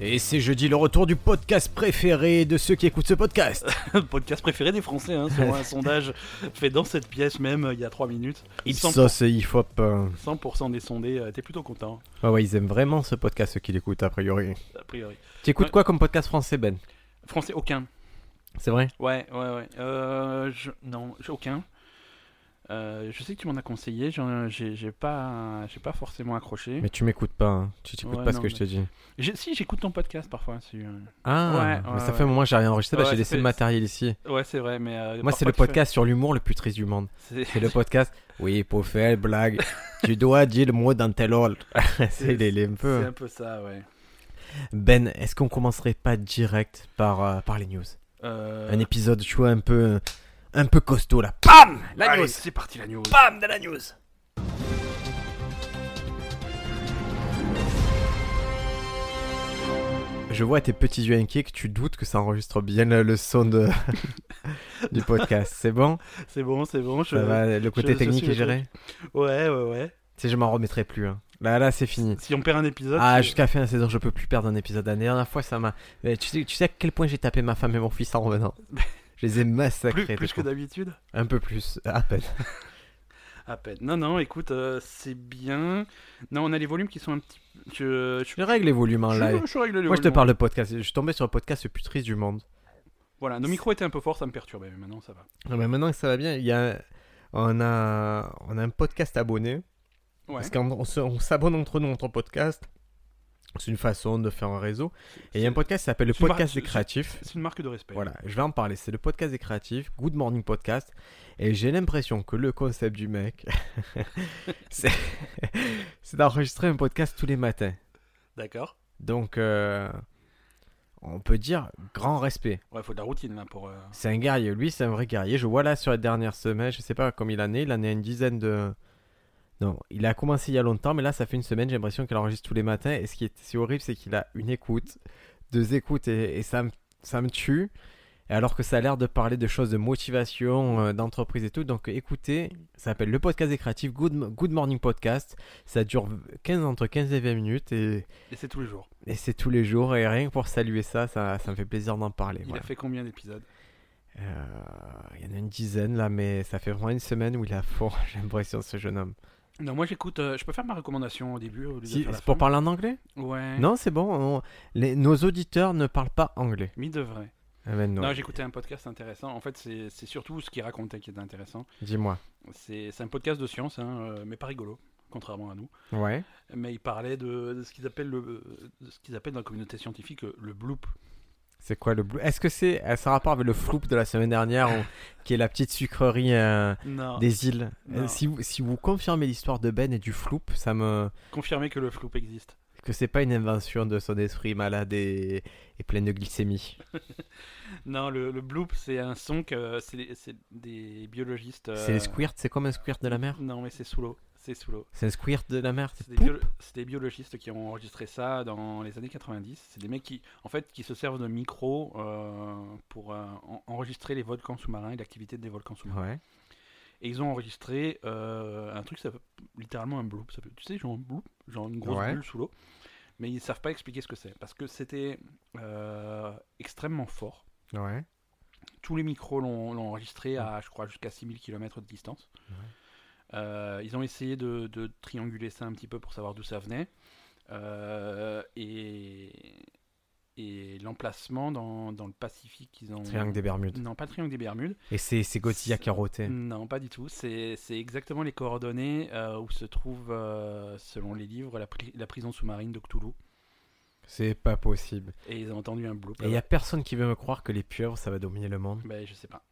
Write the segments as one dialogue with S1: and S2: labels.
S1: Et c'est jeudi le retour du podcast préféré de ceux qui écoutent ce
S2: Euh,
S1: podcast.
S2: podcast préféré des Français, hein, selon un sondage fait dans cette pièce même euh, il y a 3 minutes.
S1: Ipsos et Ifop. euh,
S2: 100% des sondés euh, étaient plutôt contents,
S1: Ah ouais, ils aiment vraiment ce podcast ceux qui l'écoutent a priori.
S2: a priori.
S1: T'écoutes
S2: Ouais.
S1: quoi comme podcast français Ben
S2: Français, aucun.
S1: C'est vrai
S2: Ouais, ouais, ouais. Euh, je- Non, j'ai aucun. Euh, je sais que tu m'en as conseillé, j'en- j'ai j'ai pas, j'ai pas forcément accroché.
S1: Mais tu m'écoutes pas, hein. tu t'écoutes
S2: Hmm Ouais,
S1: pas ce
S2: non,
S1: que je te dis.
S2: J'ai- Si, j'écoute ton podcast parfois. c'est, euh,
S1: Ah,
S2: Ouais,
S1: mais
S2: ouais,
S1: ça
S2: ouais.
S1: fait un moment que j'ai rien enregistré, parce que
S2: Ouais,
S1: j'ai
S2: ça
S1: laissé le
S2: fait-
S1: matériel ici.
S2: Ouais, c'est vrai, mais. euh,
S1: Moi, c'est
S2: parfois,
S1: le
S2: tu fais-
S1: podcast sur l'humour le plus triste du monde.
S2: C'est-
S1: C'est le podcast. Oui, pour faire blague, tu dois dire le mot dans tel ordre. c'est il est- il est un
S2: C'est
S1: peu.
S2: un peu ça, ouais.
S1: Ben, est-ce qu'on commencerait pas direct par, euh, par les news
S2: Euh,
S1: Un épisode, tu vois, un peu, un peu costaud là.
S2: La
S1: Allez,
S2: news C'est parti la news
S1: Bam de la news Je vois à tes petits yeux inquiets que tu doutes que ça enregistre bien le, le son de- du podcast. C'est bon
S2: C'est bon, c'est bon, je...
S1: Ça va, Le côté
S2: je
S1: technique
S2: suis
S1: est
S2: le
S1: géré
S2: Ouais, ouais, ouais.
S1: Tu sais, je m'en remettrai plus. hein. Là, là, c'est fini.
S2: Si on perd un épisode...
S1: Ah,
S2: c'est-
S1: jusqu'à fin de saison, je peux plus perdre un épisode. La dernière fois, ça m'a. Mais Tu sais, tu sais à quel point j'ai tapé ma femme et mon fils en revenant Je les ai massacrés.
S2: plus,
S1: de
S2: plus que
S1: coups.
S2: d'habitude
S1: Un peu plus, à peine.
S2: À peine. Non, non, écoute, euh, c'est bien. Non, on a les volumes qui sont un petit... Je, je,
S1: Je règle les volumes en
S2: je-
S1: live.
S2: je, règle les
S1: Moi, je te
S2: volumes.
S1: parle de podcast. Je suis tombé sur le podcast le plus triste du monde.
S2: Voilà, nos micros étaient un peu forts, ça me perturbait, mais maintenant ça va.
S1: Non, Ah, mais maintenant que ça va bien, il y a... On, a... on a un podcast abonné.
S2: Ouais.
S1: Parce qu'on on se- on s'abonne entre nous, entre podcasts. C'est une façon de faire un réseau. Et il y a un podcast qui s'appelle le
S2: Tu me
S1: podcast
S2: rac-
S1: des créatifs.
S2: C'est une marque de respect.
S1: Voilà, je vais en parler. C'est le podcast des créatifs, Good Morning Podcast. Et j'ai l'impression que le concept du mec, c'est c'est d'enregistrer un podcast tous les matins.
S2: D'accord.
S1: Donc, euh, on peut dire grand respect.
S2: Ouais, faut de la routine, là, pour... euh,
S1: C'est un guerrier, lui c'est un vrai guerrier. Je vois là sur la dernière semaine, je sais pas combien il en est, il en est à une dizaine de... Non, il a commencé il y a longtemps, mais là ça fait une semaine, j'ai l'impression qu'il enregistre tous les matins. Et ce qui est si horrible, c'est qu'il a une écoute, deux écoutes, et, et ça, me- ça me tue. Et Alors que ça a l'air de parler de choses de motivation, euh, d'entreprise et tout. Donc écoutez, ça s'appelle le podcast des créatifs, Good, Good Morning Podcast. Ça dure 15, entre 15 et 20 minutes, et,
S2: Et c'est tous les jours.
S1: et c'est tous les jours. Et rien que pour saluer ça, ça, ça me fait plaisir d'en parler.
S2: Il
S1: voilà.
S2: a fait combien d'épisodes
S1: Euh, Il y en a une dizaine là, mais ça fait vraiment une semaine où il a fort, j'ai l'impression, ce jeune homme.
S2: Non, moi j'écoute... euh, je peux faire ma recommandation au début au lieu de
S1: Si,
S2: faire la
S1: c'est pour
S2: fin
S1: parler en anglais
S2: Ouais.
S1: Non, c'est bon, on- les- nos auditeurs ne parlent pas anglais.
S2: Mais de vrai.
S1: Ah ben non,
S2: Non, j'écoutais un podcast intéressant. En fait, c'est c'est surtout ce qu'il racontait qui était intéressant.
S1: dis-moi.
S2: C'est c'est un podcast de science, hein, euh, mais pas rigolo, contrairement à nous.
S1: Ouais.
S2: Mais il parlait de, de ce qu'ils appellent, le- de ce qu'ils appellent dans la communauté scientifique euh, le bloop.
S1: C'est quoi le blou Est-ce que c'est euh, ça a rapport avec le floup de la semaine dernière, où- qui est la petite sucrerie euh,
S2: Non.
S1: des îles Euh,
S2: Ah, Non.
S1: si, vous, si vous confirmez l'histoire de Ben et du floup, ça me
S2: Confirmer que le floop existe.
S1: que c'est pas une invention de son esprit malade et, et plein de glycémie.
S2: Non, le, le bloop, c'est un son que euh, c'est des- c'est des biologistes. euh,
S1: C'est les squirts, c'est comme un squirt de la mer.
S2: Non, mais c'est sous l'eau. C'est sous l'eau.
S1: C'est un squirt de la mer.
S2: C'est
S1: C'est
S2: des,
S1: poup.
S2: bio- c'est des biologistes qui ont enregistré ça dans les années 90. C'est des mecs qui, en fait, qui se servent de micro euh, pour euh, en- enregistrer les volcans sous-marins et l'activité des volcans sous-marins.
S1: Ouais.
S2: Et ils ont enregistré euh, un truc, ça, littéralement un bloop. Ça fait- tu sais, genre un bloop, genre une grosse
S1: Ouais.
S2: bulle sous l'eau. Mais ils savent pas expliquer ce que c'est. Parce que c'était euh, extrêmement fort.
S1: Ouais.
S2: Tous les micros l'ont l'ont enregistré à, je crois, jusqu'à 6000 km de distance. Euh, ils ont essayé de, de trianguler ça un petit peu pour savoir d'où ça venait. Euh, et et l'emplacement dans, dans le Pacifique qu'ils ont...
S1: Triangle des Bermudes.
S2: Non, pas le Triangle des Bermudes.
S1: Et c'est c'est Godzilla
S2: C'est-
S1: qui a roté.
S2: Non, pas du tout. C'est c'est exactement les coordonnées euh, où se trouve, euh, selon les livres, la, pri- la prison sous-marine de Cthulhu.
S1: C'est pas possible.
S2: Et ils ont entendu un bloop.
S1: Et il y a personne qui veut me croire que les pieuvres ça va dominer le monde.
S2: Ben, je sais pas.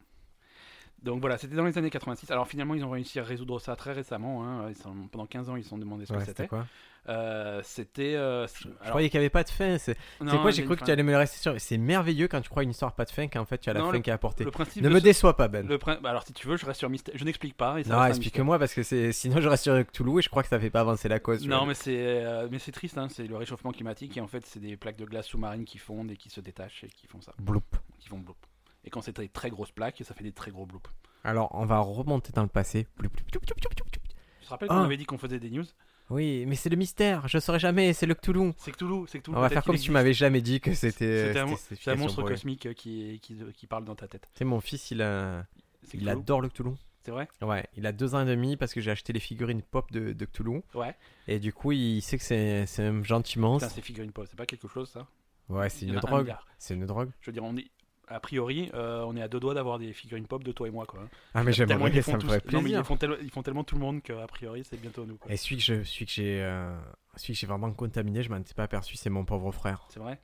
S2: Donc voilà, c'était dans les années 86. Alors finalement, ils ont réussi à résoudre ça très récemment. hein. Ils sont- pendant 15 ans, ils se sont demandé ce
S1: Ouais,
S2: que
S1: c'était
S2: c'était.
S1: quoi
S2: Euh, C'était. euh, c'est-
S1: Je
S2: alors-
S1: croyais qu'il y avait pas de fin. C'est c'est
S2: Non,
S1: quoi
S2: il y
S1: J'ai
S2: a
S1: cru
S2: une
S1: que tu allais me le rester sur. C'est merveilleux quand tu crois une histoire pas de fin qu'en fait tu as la
S2: Non,
S1: fin qui est apportée.
S2: Le principe
S1: Ne
S2: de
S1: me
S2: ce-
S1: déçois pas Ben.
S2: le prin- bah, Alors si tu veux, je reste sur mystère. Je n'explique pas. et ça
S1: Non,
S2: reste un mystère.
S1: explique-moi parce que c'est sinon je reste avec Toulouse et je crois que ça fait pas avancer la cause.
S2: Non, mais c'est euh, mais c'est triste. hein. C'est le réchauffement climatique et en fait, c'est des plaques de glace sous-marine qui fondent et qui se détachent et qui font ça.
S1: Bloup.
S2: qui font bloop. Et quand c'est des très grosses plaques, ça fait des très gros bloops.
S1: Alors on va remonter dans le passé. Bloup, bloup, bloup, bloup, bloup, bloup, bloup.
S2: Tu te rappelles
S1: Ah.
S2: qu'on avait dit qu'on faisait des news
S1: Oui, mais c'est le mystère, je saurais jamais, c'est le Cthulhu.
S2: C'est Cthulhu, c'est Cthulhu.
S1: On va
S2: peut-être
S1: faire
S2: qu'il
S1: comme si
S2: existe.
S1: tu m'avais jamais dit que c'était. euh,
S2: C'était un mon-
S1: c'était
S2: C'est un
S1: explication
S2: monstre
S1: pour lui.
S2: cosmique euh, qui, qui, qui parle dans ta tête.
S1: Tu sais, mon fils, il, a...
S2: C'est
S1: il
S2: Cthulhu,
S1: adore le Cthulhu.
S2: C'est vrai
S1: Ouais, il a deux ans et demi parce que j'ai acheté les figurines pop de, de Cthulhu.
S2: Ouais.
S1: Et du coup, il sait que c'est c'est un gentil
S2: Putain,
S1: monstre.
S2: c'est figurine pop, c'est pas quelque chose ça
S1: Ouais, Ah, c'est
S2: Il y en
S1: une
S2: a un
S1: drogue.
S2: milliard.
S1: C'est une drogue.
S2: Je veux dire, on est. A priori, euh, on est à deux doigts d'avoir des figurines pop de toi et moi, quoi. hein.
S1: Ah, mais
S2: Tellement
S1: j'aimerais
S2: ils les
S1: bien,
S2: font
S1: ça me
S2: tous-
S1: ferait
S2: Non, mais ils les
S1: plaisir.
S2: font, tel- ils font tellement tout le monde qu'a priori, c'est bientôt nous, quoi.
S1: Et celui que je- celui que j'ai euh, celui que j'ai vraiment contaminé, je m'en étais pas aperçu, c'est mon pauvre frère.
S2: C'est vrai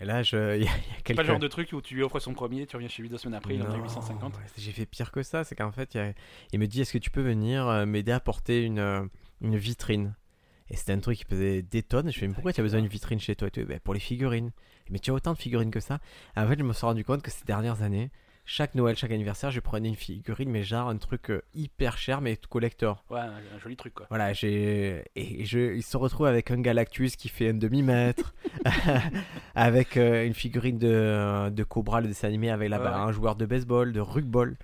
S1: Et là, je... il y a, il y a
S2: C'est
S1: quelques...
S2: pas le genre de truc où tu lui offres son premier, tu reviens chez lui deux semaines après, il en a
S1: Non,
S2: 850.
S1: J'ai fait pire que ça, c'est qu'en fait, il, y a- il me dit est-ce que tu peux venir euh, m'aider à porter une, euh, une vitrine Et c'était un truc qui pesait des tonnes. Je fais mais pourquoi tu as besoin d'une vitrine chez toi Et tout, Ben, Pour les figurines. Mais tu as autant de figurines que ça En fait, je me suis rendu compte que ces dernières années, chaque Noël, chaque anniversaire, je prenais une figurine, mais genre un truc euh, hyper cher, mais collector.
S2: Ouais, un, un joli truc, quoi.
S1: Voilà, j'ai. Et je... il se retrouve avec un Galactus qui fait un demi-mètre, avec euh, une figurine de, de Cobra, le dessin animé, avec là
S2: Ouais, ouais.
S1: un joueur de baseball, de rugball.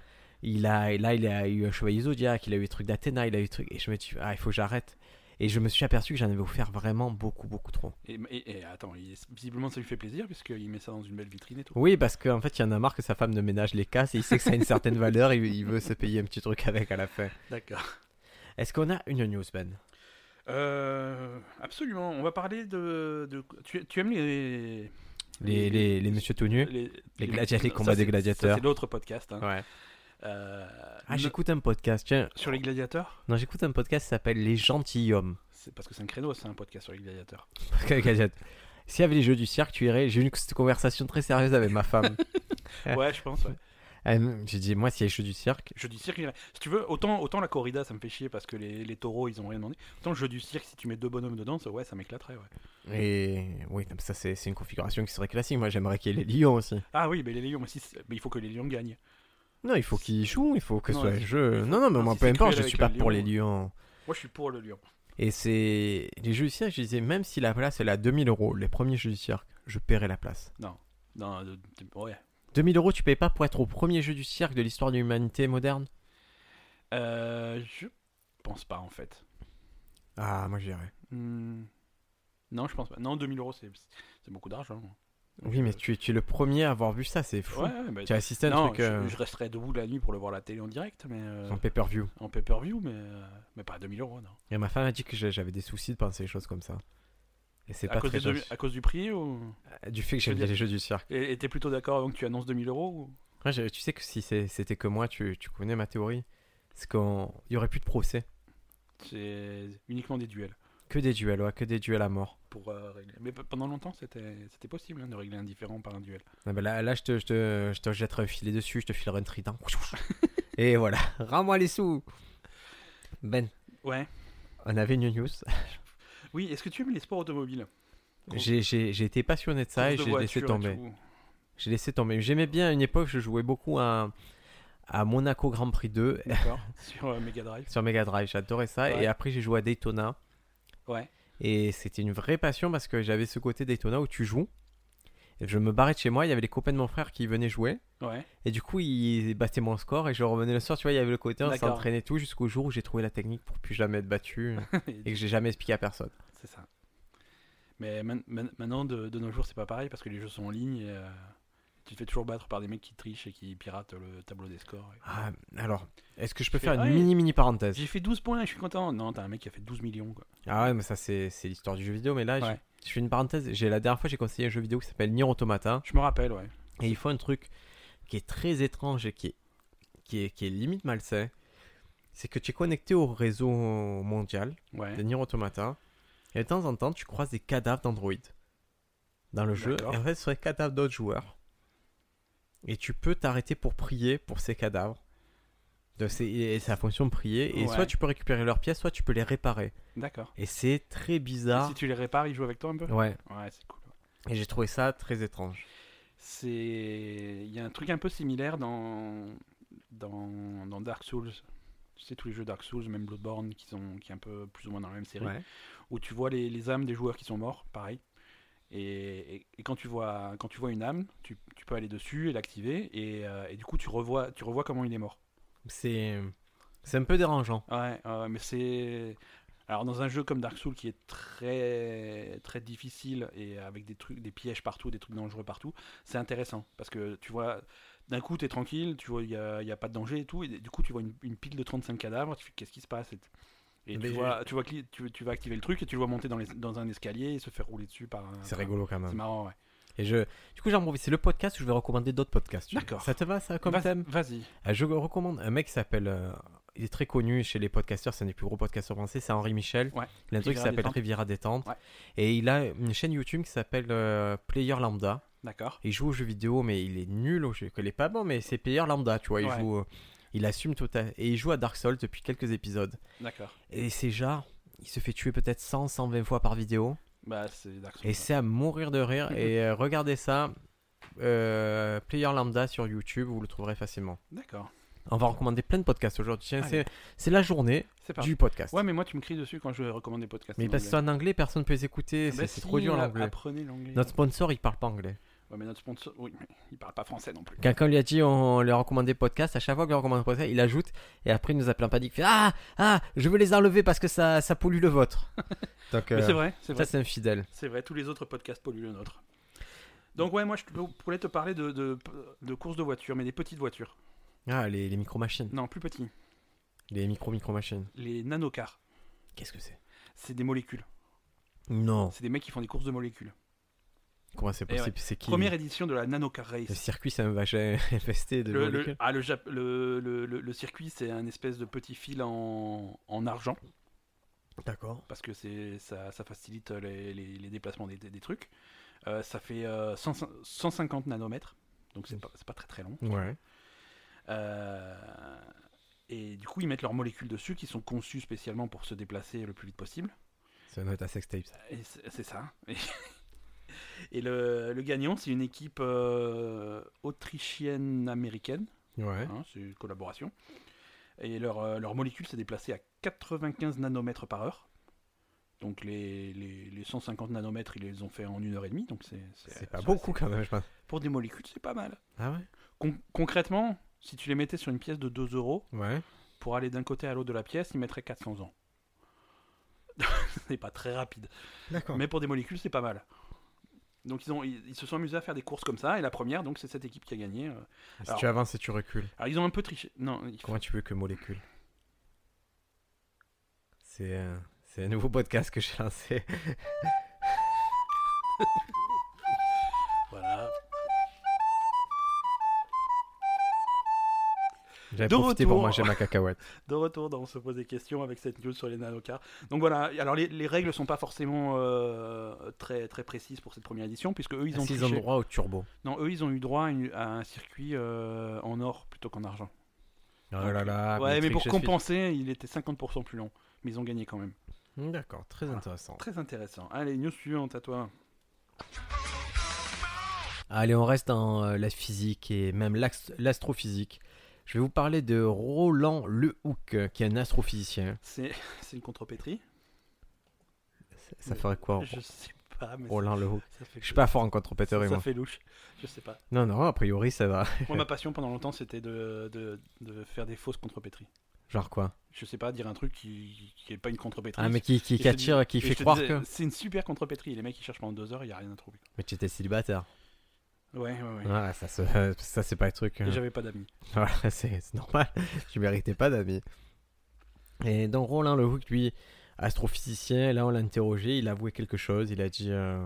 S1: Il a... Et là, il a eu un Chevalier Zodiac, il a eu des trucs d'Athéna, il a eu des trucs. Et je me suis dit, ah, il faut que j'arrête. Et je me suis aperçu que j'en avais offert vraiment beaucoup, beaucoup trop.
S2: Et, et- et attends, il- visiblement ça lui fait plaisir, puisqu'il met ça dans une belle vitrine et tout.
S1: Oui, parce qu'en fait, il y en a marre que sa femme de ménage les casse et il sait que ça a une certaine valeur, il, il veut se payer un petit truc avec à la fin.
S2: D'accord.
S1: Est-ce qu'on a une news, Ben
S2: Euh, absolument, on va parler de. de- tu, tu aimes les.
S1: les, les, les Monsieur Tout
S2: Les,
S1: Nus les gladi- les combats
S2: ça,
S1: des
S2: c'est-
S1: gladiateurs.
S2: ça, C'est l'autre podcast. hein.
S1: Ouais.
S2: Euh,
S1: Ah,
S2: ne-
S1: j'écoute un podcast, tiens.
S2: Sur les gladiateurs
S1: Non, j'écoute un podcast qui s'appelle Les Gentilhommes.
S2: C'est parce que c'est un créneau, c'est un podcast sur les gladiateurs.
S1: Quelle gadget. S'il y avait les jeux du cirque, tu irais. J'ai eu une conversation très sérieuse avec ma femme. Ah.
S2: Ouais, je pense, ouais.
S1: Elle- J'ai dit, moi, s'il y a les jeux du cirque,
S2: Jeu du cirque, il y en a- si tu veux, autant, autant la corrida, ça me fait chier parce que les, les taureaux, ils ont rien demandé. Autant le jeu du cirque, si tu mets deux bonhommes dedans, ça, ouais, ça m'éclaterait, ouais.
S1: et oui, non, mais ça, c'est c'est une configuration qui serait classique. Moi, j'aimerais qu'il y ait les lions aussi.
S2: Ah oui, mais les lions aussi, c'est- mais il faut que les lions gagnent.
S1: Non, il faut qu'ils jouent, il faut que ce
S2: Non,
S1: soit un
S2: il-
S1: jeu.
S2: faut-
S1: Non, non, mais
S2: non,
S1: moi,
S2: si
S1: peu
S2: c'est
S1: importe, je
S2: cruel
S1: suis pas
S2: avec un
S1: pour les
S2: lion, hein.
S1: lions.
S2: Moi, je suis pour le lion.
S1: Et c'est. Les jeux du cirque, je disais, même si la place, elle est à 2000 euros, les premiers jeux du cirque, je paierai la place.
S2: Non, de- de- ouais.
S1: 2000 euros, tu payes pas pour être au premier jeu du cirque de l'histoire de l'humanité moderne
S2: Euh, je pense pas, en fait.
S1: Ah, moi, j'irais.
S2: Hmm. Non, je pense pas. Non, 2000 euros, c'est c'est beaucoup d'argent.
S1: Oui, mais tu es, tu es le premier à avoir vu ça, c'est fou.
S2: Ouais, ouais, bah,
S1: Tu as assisté à un
S2: non,
S1: truc
S2: je,
S1: euh,
S2: je resterai debout la nuit pour le voir à la télé en direct, mais euh,
S1: en pay-per-view.
S2: en pay-per-view, mais, euh, mais pas à 2000 euros, non.
S1: Et ma femme a dit que j'ai- j'avais des soucis de penser des choses comme ça. Et c'est
S2: À
S1: pas
S2: cause,
S1: très
S2: des
S1: gentil.
S2: demi- à cause du prix ou...
S1: Du fait que
S2: je
S1: j'aime
S2: veux
S1: bien
S2: dire-
S1: les jeux du cirque.
S2: Et et t'es plutôt d'accord avant que tu annonces 2000 euros ou...
S1: Moi, j'ai- tu sais que si c'est- c'était que moi, tu, tu connais ma théorie. C'est qu'il y aurait plus de procès.
S2: C'est uniquement des duels
S1: Que des duels, ouais, que des duels à mort.
S2: pour euh, régler. Mais pe- pendant longtemps, c'était c'était possible hein, de régler un différent par un duel.
S1: Ah bah là, là, je, te, je, te, je te jetterai un filet dessus, je te filerai un trident. Et voilà, rends-moi les sous. Ben,
S2: Ouais.
S1: on avait une news.
S2: Oui, est-ce que tu aimes les sports automobiles Course-
S1: J'ai- J'ai j'ai été passionné de ça et
S2: course de
S1: j'ai laissé
S2: voiture et
S1: tomber.
S2: tout.
S1: J'ai laissé tomber. J'aimais bien à une époque, je jouais beaucoup à, à Monaco Grand Prix 2
S2: D'accord. Sur euh, Mega Drive.
S1: sur Mega Drive. J'adorais ça.
S2: Ouais.
S1: Et après, j'ai joué à Daytona.
S2: Ouais.
S1: Et c'était une vraie passion parce que j'avais ce côté Daytona où tu joues. Et je me barrais de chez moi. Il y avait les copains de mon frère qui venaient jouer.
S2: Ouais.
S1: Et du coup, ils battaient mon score. Et je revenais le soir. Tu vois, il y avait le côté, on
S2: D'accord.
S1: s'entraînait tout jusqu'au jour où j'ai trouvé la technique pour plus jamais être battu. et que j'ai jamais expliqué à personne.
S2: c'est ça. Mais man- man- maintenant, de, de nos jours, c'est pas pareil parce que les jeux sont en ligne et euh, tu te fais toujours battre par des mecs qui trichent et qui piratent le tableau des scores. et-
S1: Ah, alors, est-ce que je peux
S2: fais,
S1: faire une
S2: ouais.
S1: mini mini parenthèse
S2: J'ai fait 12 points, je suis content. Non, t'as un mec qui a fait 12 millions. Quoi.
S1: Ah ouais, mais ça, c'est c'est l'histoire du jeu vidéo. Mais là, je-
S2: Ouais.
S1: je, fais une parenthèse. J'ai La dernière fois, j'ai conseillé un jeu vidéo qui s'appelle Nier Automata.
S2: Je me rappelle, ouais.
S1: Et ils font un truc qui est très étrange et qui est, qui est, qui est limite malsain. C'est que tu es connecté au réseau mondial
S2: Ouais.
S1: de Nier Automata. Et de temps en temps, tu croises des cadavres d'androïdes dans le jeu.
S2: D'accord.
S1: Et en fait, ce sont les cadavres d'autres joueurs. Et tu peux t'arrêter pour prier pour ces cadavres. De ces- et c'est la fonction de prier. Et
S2: Ouais.
S1: soit tu peux récupérer leurs pièces, soit tu peux les réparer.
S2: D'accord.
S1: Et c'est très
S2: Et
S1: bizarre.
S2: Si tu les répares, ils jouent avec toi un peu
S1: Ouais.
S2: Ouais, c'est cool.
S1: Et j'ai trouvé ça très étrange.
S2: C'est il y a un truc un peu similaire dans dans, dans Dark Souls. Tu sais tous les jeux Dark Souls, même Bloodborne qui sont qui est un peu plus ou moins dans la même série où tu vois les, les âmes des joueurs qui sont morts, pareil. Et, et- et quand tu vois quand tu vois une âme, tu, tu peux aller dessus et l'activer et, euh, et du coup tu revois tu revois comment il est mort.
S1: C'est C'est un peu dérangeant.
S2: Ouais, ouais, mais c'est. Alors, dans un jeu comme Dark Souls qui est très, très difficile et avec des, trucs, des pièges partout, des trucs dangereux partout, c'est intéressant parce que tu vois, d'un coup, t'es tranquille, tu vois, il n'y a, y a pas de danger et tout, et du coup, tu vois une, une pile de 35 cadavres, tu fais qu'est-ce qui se passe Et, et
S1: Mais-
S2: tu, vois, tu, vois, que li- tu, tu vas activer le truc et tu le vois monter dans, les- dans un escalier et se faire rouler dessus par un.
S1: C'est
S2: par un-
S1: rigolo hein. quand
S2: C'est
S1: même.
S2: marrant, ouais.
S1: Et je, du coup, j'en profite. C'est le podcast où je vais recommander d'autres podcasts. tu vois.
S2: D'accord.
S1: Ça te va, ça, comme
S2: Vas-
S1: thème
S2: Vas-y.
S1: Euh, Je recommande un mec qui s'appelle. euh, il est très connu chez les podcasteurs, c'est un des plus gros podcasteurs français, c'est Henri Michel.
S2: Ouais.
S1: Il a un truc qui
S2: Riviera
S1: s'appelle
S2: Détente.
S1: Riviera Détente.
S2: Ouais.
S1: Et il a une chaîne YouTube qui s'appelle euh, Player Lambda.
S2: D'accord.
S1: Il joue aux jeux vidéo, mais il est nul au jeu. Il est pas bon, mais c'est Player Lambda, tu vois. Il
S2: Ouais.
S1: joue. euh, il assume tout à Et il joue à Dark Souls depuis quelques épisodes.
S2: D'accord.
S1: Et c'est genre. Il se fait tuer peut-être 100, 120 fois par vidéo.
S2: Bah, c'est Dark Souls.
S1: Et c'est à mourir de rire. et euh, regardez ça. euh, Player Lambda sur YouTube, vous le trouverez facilement.
S2: D'accord.
S1: On va recommander plein de podcasts aujourd'hui. Tiens,
S2: Allez.
S1: c'est- C'est la journée
S2: C'est parti.
S1: du podcast.
S2: Ouais, mais moi, tu me cries dessus quand je recommande des podcasts.
S1: mais
S2: en
S1: parce que c'est
S2: anglais.
S1: en anglais, personne ne peut les écouter.
S2: Ah
S1: c'est
S2: bah
S1: c'est
S2: si,
S1: trop dur
S2: là,
S1: l'anglais.
S2: Apprenez l'anglais.
S1: Notre sponsor, il parle pas anglais.
S2: Ouais, mais notre sponsor, oui, mais il parle pas français non plus.
S1: Quand quand on lui a dit on leur recommande des podcasts, à chaque fois qu'on leur recommande un podcast, il ajoute et après il nous appelle en panique. Il fait Ah Ah Je veux les enlever parce que ça, ça pollue le vôtre. Donc,
S2: Mais
S1: euh,
S2: c'est vrai, c'est
S1: ça
S2: vrai.
S1: c'est infidèle.
S2: C'est vrai, tous les autres podcasts polluent le nôtre. Donc ouais, moi je te- voulais te parler de, de, de courses de voitures, mais des petites voitures.
S1: Ah, les, les micro-machines.
S2: Non, plus petits.
S1: Les micro-micro-machines.
S2: Les nanocars.
S1: Qu'est-ce que c'est
S2: C'est des molécules.
S1: Non.
S2: C'est des mecs qui font des courses de molécules.
S1: Comment c'est
S2: Eh ouais.
S1: possible C'est qui
S2: Première édition de la nanocar
S1: Le
S2: race.
S1: circuit, c'est un vagin infesté de
S2: Le, le-
S1: molécules.
S2: ah, le, Jap- le, le- le- le circuit, c'est un espèce de petit fil en, en argent,
S1: D'accord.
S2: parce que c'est ça, ça facilite euh, les, les- les déplacements des, des- des trucs. Euh, ça fait euh, 100 150 nanomètres, donc c'est pas, c'est pas très très long.
S1: Ouais.
S2: Euh, et du coup, ils mettent leurs molécules dessus qui sont conçues spécialement pour se déplacer le plus vite possible.
S1: Ça doit être un sextape. ça.
S2: Et c'est c'est ça. Et, et le, le gagnant, c'est une équipe euh, autrichienne-américaine.
S1: Ouais.
S2: hein, c'est une collaboration. Et leur, euh, leur molécule s'est déplacée à 95 nanomètres par heure. Donc les, les, les 150 nanomètres, ils les ont fait en une heure et demie. Donc c'est
S1: C'est pas beaucoup quand même, je pense.
S2: Pour des molécules, c'est pas mal.
S1: Ah ouais
S2: Con- concrètement, si tu les mettais sur une pièce de 2 euros,
S1: Ouais.
S2: pour aller d'un côté à l'autre de la pièce, il mettrait 400 ans. c'est pas très rapide.
S1: D'accord.
S2: Mais pour des molécules, c'est pas mal. Donc ils, ont, ils, ils se sont amusés à faire des courses comme ça, et la première, donc c'est cette équipe qui a gagné. euh.
S1: Si
S2: Alors-
S1: tu avances et tu recules,
S2: Alors ils ont un peu triché. Non, il faut-
S1: comment tu veux que molécule C'est un... c'est un nouveau podcast que j'ai lancé.
S2: voilà.
S1: J'avais
S2: De
S1: profité pour
S2: retour.
S1: manger ma cacahuète.
S2: De retour dans On se pose des questions avec cette news sur les nanocars. Donc voilà, alors les, les règles sont pas forcément euh, très, très précises pour cette première édition, puisque eux, ils ont,
S1: Ah, S'ils
S2: triché.
S1: droit au turbo.
S2: Non, eux, ils ont eu droit à, une- à un circuit euh, en or plutôt qu'en argent.
S1: Oh là là.
S2: ouais, mais
S1: Patrick,
S2: pour
S1: je
S2: compenser, il était 50% plus long, mais ils ont gagné quand même.
S1: suis- D'accord, très
S2: Ah.
S1: intéressant.
S2: Très intéressant. Allez, news suivante à toi.
S1: Allez, on reste dans euh, la physique et même l'ax- l'astrophysique. Je vais vous parler de Roland Lehoucq, euh, qui est un astrophysicien.
S2: C'est c'est une contrepétrie
S1: Ça- Ça ferait quoi
S2: Je sais pas, mais
S1: Roland Lehoucq
S2: ça, ça fait
S1: Oh Je suis pas fort en contre
S2: ça,
S1: moi.
S2: fait louche. Je sais pas.
S1: Non, non, a priori ça va.
S2: Moi, ma passion pendant longtemps, c'était de, de, de faire des fausses contrepétries.
S1: Genre quoi
S2: Je sais pas, dire un truc qui, qui est pas une contrepétrie.
S1: Ah, mais qui, qui,
S2: Et
S1: qui
S2: je te
S1: attire, qui
S2: Et je
S1: fait
S2: te
S1: croire
S2: disais,
S1: que.
S2: C'est une super contrepétrie. Et les mecs, ils cherchent pendant deux heures, il y a rien à trouver.
S1: Mais tu étais célibataire.
S2: Ouais, ouais, ouais.
S1: Ah, ça, se- ça c'est pas le truc.
S2: Et
S1: euh.
S2: j'avais pas d'amis.
S1: Voilà, c'est c'est normal. Je méritais pas d'amis. Et donc Roland Lehoucq, hein, lui, astrophysicien, là on l'a interrogé, il a avoué quelque chose. Il a dit euh,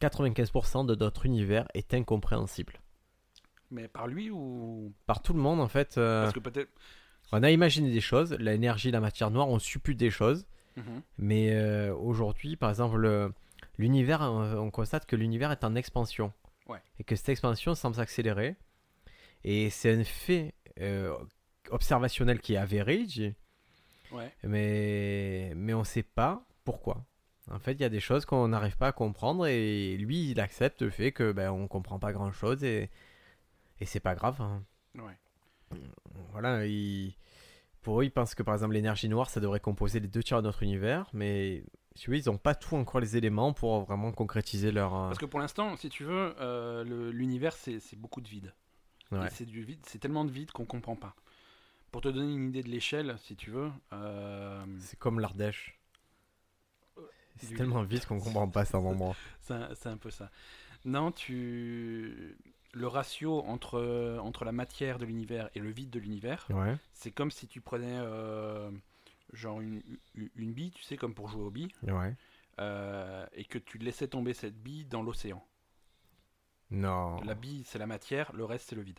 S1: 95% de notre univers est incompréhensible.
S2: Mais par lui ou.
S1: Par tout le monde, en fait, euh,
S2: Parce que peut-être.
S1: on a imaginé des choses, l'énergie, la matière noire, on suppute des choses.
S2: Mhm.
S1: Mais euh, aujourd'hui, par exemple, le- l'univers, on, on constate que l'univers est en expansion.
S2: Ouais.
S1: Et que cette expansion semble s'accélérer. Et c'est un fait euh, observationnel qui est avéré, il dit.
S2: Ouais.
S1: mais, mais on ne sait pas pourquoi. En fait, il y a des choses qu'on n'arrive pas à comprendre et lui, il accepte le fait que ben, on comprend pas grand chose et, et c'est pas grave. hein.
S2: Ouais.
S1: Voilà, il- pour eux, ils pensent que par exemple l'énergie noire, ça devrait composer les deux tiers de notre univers, mais si vous voulez, ils n'ont pas tout encore les éléments pour vraiment concrétiser leur. euh,
S2: Parce que pour l'instant, si tu veux, euh, le- l'univers, c'est c'est beaucoup de vide.
S1: Ouais.
S2: Et C'est du vide, c'est tellement de vide qu'on comprend pas. Pour te donner une idée de l'échelle, si tu veux. euh,
S1: C'est comme l'Ardèche. C'est
S2: du-
S1: tellement vite qu'on comprend pas ça, moment.
S2: C'est un, c'est un peu ça. Non, tu... le ratio entre, entre la matière de l'univers et le vide de l'univers,
S1: Ouais.
S2: c'est comme si tu prenais euh, genre une, une- une bille, tu sais, comme pour jouer aux billes,
S1: Ouais.
S2: euh, et que tu laissais tomber cette bille dans l'océan.
S1: Non.
S2: La bille, c'est la matière, le reste, c'est le vide.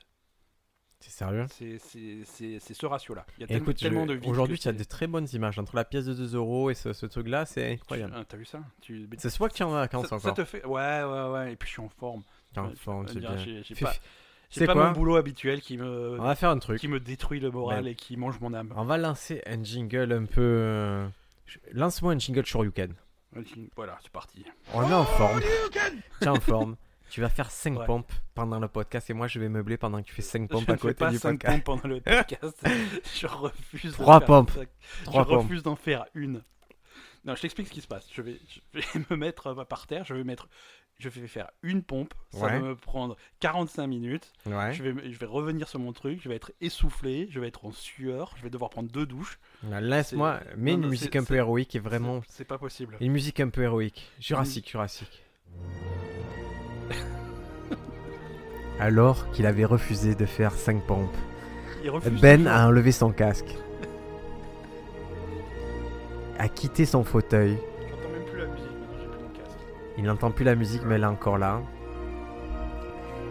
S1: T'es sérieux
S2: C'est c'est- c'est- c'est ce ratio-là. Il
S1: Hein
S2: y a
S1: Et
S2: tellement,
S1: écoute, je-
S2: tellement de vide.
S1: aujourd'hui,
S2: que
S1: tu as
S2: c'est-
S1: des très bonnes images. Entre la pièce de 2 euros et ce, ce truc-là, c'est
S2: tu-
S1: incroyable.
S2: ah, T'as vu ça Tu- mais
S1: C'est soit que tu es en vacances
S2: ça, ça
S1: encore.
S2: te fait... Ouais, ouais, ouais. Et puis je suis en forme.
S1: T'es en forme,
S2: Je
S1: c'est
S2: veux dire,
S1: bien.
S2: j'ai- J'ai
S1: Fais-
S2: pas,
S1: Tu
S2: j'ai
S1: sais
S2: pas
S1: quoi
S2: mon boulot habituel qui me...
S1: On va faire un truc.
S2: qui me détruit le moral et qui mange mon âme.
S1: On va lancer un jingle un peu. euh, je- Lance-moi un jingle Shoryuken.
S2: Voilà, c'est parti.
S1: On est en forme. T'es en forme. Tu vas faire 5
S2: Oh, Ouais.
S1: pompes pendant le podcast et moi je vais meubler pendant que tu fais 5
S2: Je
S1: pompes
S2: ne
S1: à
S2: fais
S1: côté
S2: pas
S1: du
S2: 5
S1: podcast.
S2: pompes pendant le podcast. je refuse. de
S1: Trois
S2: faire
S1: pompes.
S2: ça.
S1: 3
S2: je
S1: pompes.
S2: refuse d'en faire une. Non, je t'explique ce qui se passe. Je vais, je vais me mettre euh, par terre. Je vais mettre, je vais faire une pompe. Ça
S1: Ouais.
S2: va me prendre 45 minutes.
S1: Ouais.
S2: Je vais, je vais revenir sur mon truc. Je vais être essoufflé. Je vais être en sueur. Je vais devoir prendre deux douches.
S1: Là, Laisse-moi.
S2: c'est-
S1: Mets
S2: non,
S1: une
S2: non,
S1: musique
S2: c'est-
S1: un peu
S2: c'est-
S1: héroïque et vraiment.
S2: C'est- c'est pas possible.
S1: Une musique un peu héroïque. Jurassique, Jurassique. Alors qu'il avait refusé de faire 5 pompes,
S2: Il refuse
S1: Ben
S2: toujours.
S1: a enlevé son casque, a quitté son fauteuil.
S2: J'entends même plus la musique. Maintenant, j'ai plus mon casque.
S1: Il n'entend plus la musique, mais elle est encore là.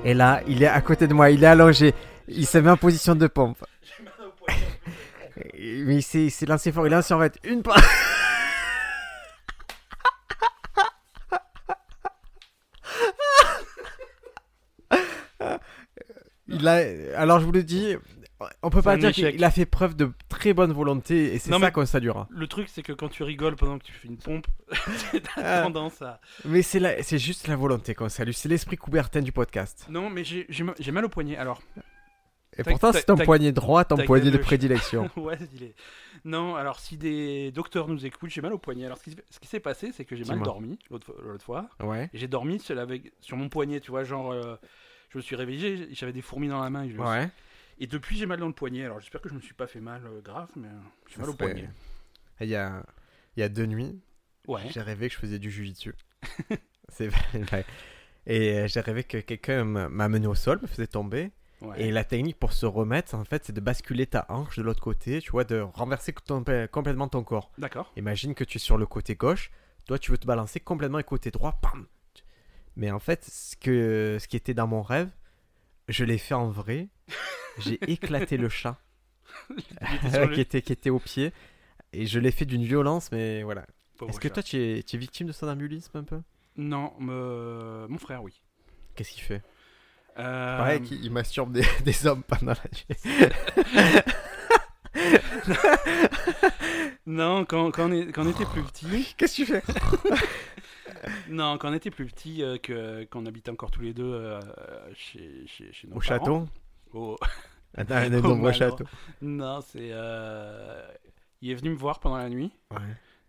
S1: Et là, il est à côté de moi, il est allongé. Il se met en position de pompe.
S2: J'ai mal au poignet.
S1: Mais il s'est il s'est lancé fort. Il lance en fait une pompe. Il a... Alors je vous le dis, on peut pas
S2: C'est un
S1: dire
S2: échec.
S1: qu'il a fait preuve de très bonne volonté et c'est ça
S2: Non, mais-
S1: qu'on saluera.
S2: Le truc, c'est que quand tu rigoles pendant que tu fais une pompe, t'as
S1: Ah.
S2: tendance à.
S1: Mais c'est la- c'est juste la volonté qu'on salue, c'est l'esprit coubertin du podcast.
S2: Non, mais j'ai j'ai ma- j'ai mal au poignet. Alors,
S1: Et
S2: Tac,
S1: pourtant,
S2: tac,
S1: c'est ton
S2: tac,
S1: poignet droit, ton
S2: tac,
S1: poignet de
S2: galoche.
S1: prédilection.
S2: ouais, il est. Non, alors si des docteurs nous écoutent, j'ai mal au poignet. Alors, ce qui, ce qui s'est passé, c'est que j'ai mal
S1: Dis-moi.
S2: dormi l'autre fois- l'autre fois.
S1: Ouais.
S2: Et J'ai dormi sur, avec, sur mon poignet, tu vois, genre. euh, je me suis réveillé, j'ai- j'avais des fourmis dans la main. et je-
S1: Ouais.
S2: Et depuis, j'ai mal dans le poignet. Alors, j'espère que je me suis pas fait mal euh, grave, mais euh, j'ai
S1: Ça
S2: mal au
S1: serait-
S2: poignet.
S1: Il y a, il y a deux nuits,
S2: Ouais.
S1: j'ai rêvé que je faisais du jujitsu. c'est vrai. Et euh, j'ai rêvé que quelqu'un m- m'a mené au sol, me faisait tomber.
S2: ouais.
S1: Et la technique pour se remettre, en fait, c'est de basculer ta hanche de l'autre côté, tu vois, de renverser ton- ben, complètement ton corps.
S2: D'accord.
S1: Imagine que tu es sur le côté gauche, toi tu veux te balancer complètement et côté droit, pam Mais en fait, ce, que, ce qui était dans mon rêve, je l'ai fait en vrai. J'ai éclaté le chat
S2: Il était sur le-
S1: qui, était, qui était au pied et je l'ai fait d'une violence, mais voilà.
S2: Pauvre
S1: Est-ce que
S2: chat.
S1: toi tu es, tu es victime de somnambulisme un peu
S2: Non, me- mon frère, oui.
S1: Qu'est-ce qu'il fait
S2: Euh,
S1: Pareil, il, masturbe des, des hommes pendant la nuit.
S2: Non, quand, quand, on est- quand on était plus petit.
S1: Qu'est-ce que tu fais
S2: Non, quand on était plus petit, euh, que qu'on habitait encore tous les deux euh, chez, chez, chez nos
S1: Au
S2: parents.
S1: château
S2: Au-
S1: Attends, on est
S2: Au
S1: nombreux au
S2: manoir.
S1: château.
S2: Non, c'est. euh, Il est venu me voir pendant la nuit.
S1: Ouais,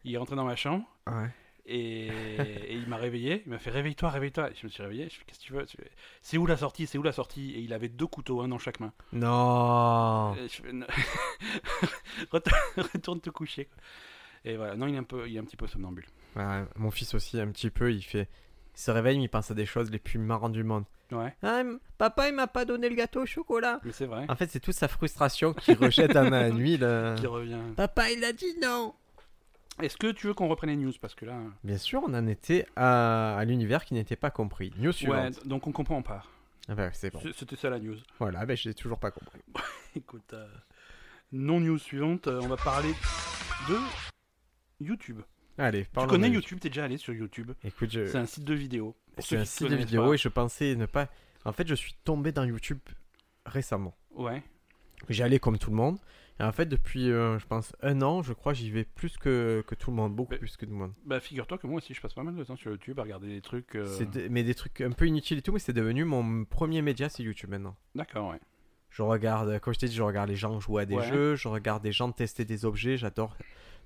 S2: Il est rentré dans ma chambre
S1: ouais.
S2: et, et il m'a réveillé. Il m'a fait réveille-toi, réveille-toi. Et Je me suis réveillé. Je fais qu'est-ce que tu veux Tu- C'est où la sortie C'est où la sortie Et il avait deux couteaux, un dans chaque main.
S1: Non
S2: Et je fais, Non. retourne, retourne te coucher. quoi. Et voilà. Non, il est un peu, il est un petit peu somnambule.
S1: Ouais, Bah, mon fils aussi, un petit peu, il fait. Il se réveille, mais il pense à des choses les plus marrantes du monde.
S2: Ouais,
S1: Ah, m- papa, il m'a pas donné le gâteau au chocolat.
S2: mais c'est vrai.
S1: En fait, c'est toute sa frustration qui rejette en la nuit. le-
S2: Qui revient.
S1: Papa, il a dit non.
S2: Est-ce que tu veux qu'on reprenne les news parce que là.
S1: Bien sûr, on en était à, à l'univers qui n'était pas compris. News
S2: Ouais,
S1: suivante.
S2: donc on comprend pas.
S1: Ah bah, c'est bon.
S2: C- C'était ça la news.
S1: Voilà, ben, j'ai toujours pas compris.
S2: Écoute, euh, non news suivante, euh, on va parler de YouTube.
S1: Allez,
S2: Tu
S1: parlons
S2: connais
S1: de-
S2: YouTube, t'es déjà allé sur YouTube.
S1: Écoute, je...
S2: C'est un site de vidéos. Pour
S1: Euh, c'est
S2: ceux
S1: un
S2: qui
S1: site de
S2: connaissent
S1: vidéos
S2: pas.
S1: et je pensais ne pas. En fait, je suis tombé dans YouTube récemment.
S2: Ouais.
S1: J'y allais comme tout le monde. Et en fait, depuis, euh, je pense, un an, je crois, j'y vais plus que, que tout le monde, beaucoup
S2: Mais-
S1: plus que tout le monde.
S2: Bah figure-toi que moi aussi je passe pas mal de temps sur YouTube à regarder des trucs. euh,
S1: C'est de- mais des trucs un peu inutiles et tout, mais c'est devenu mon premier média, c'est YouTube maintenant.
S2: D'accord, ouais.
S1: Je regarde, comme je t'ai dit, je regarde les gens jouer à des
S2: Ouais.
S1: jeux, je regarde des gens tester des objets, j'adore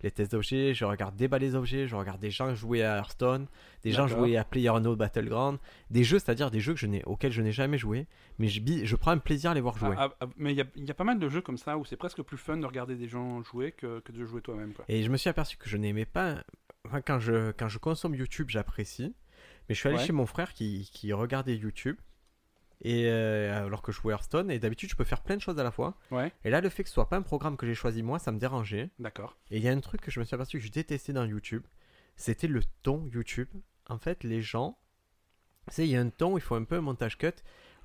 S1: les tests d'objets, je regarde déballer les objets, je regarde des gens jouer à Hearthstone, des gens
S2: D'accord.
S1: jouer à PlayerUnknown's Battleground, des jeux, c'est-à-dire des jeux que je n'ai, auxquels je n'ai jamais joué, mais je, bi- je prends un plaisir à les voir jouer.
S2: Ah, ah, mais il y, a- il y a pas mal de jeux comme ça où c'est presque plus fun de regarder des gens jouer que, que de jouer toi-même. quoi.
S1: Et je me suis aperçu que je n'aimais pas. Enfin, quand je, quand je consomme YouTube, j'apprécie. Mais je suis allé
S2: Ouais.
S1: chez mon frère qui, qui regardait YouTube. Et euh, alors que je jouais Hearthstone, et d'habitude je peux faire plein de choses à la fois.
S2: Ouais.
S1: Et là, le fait que ce soit pas un programme que j'ai choisi moi, ça me dérangeait.
S2: D'accord.
S1: Et il y a un truc que je me suis aperçu que je détestais dans YouTube, c'était le ton YouTube. En fait, les gens, tu sais, il y a un ton, où il faut un peu un montage cut,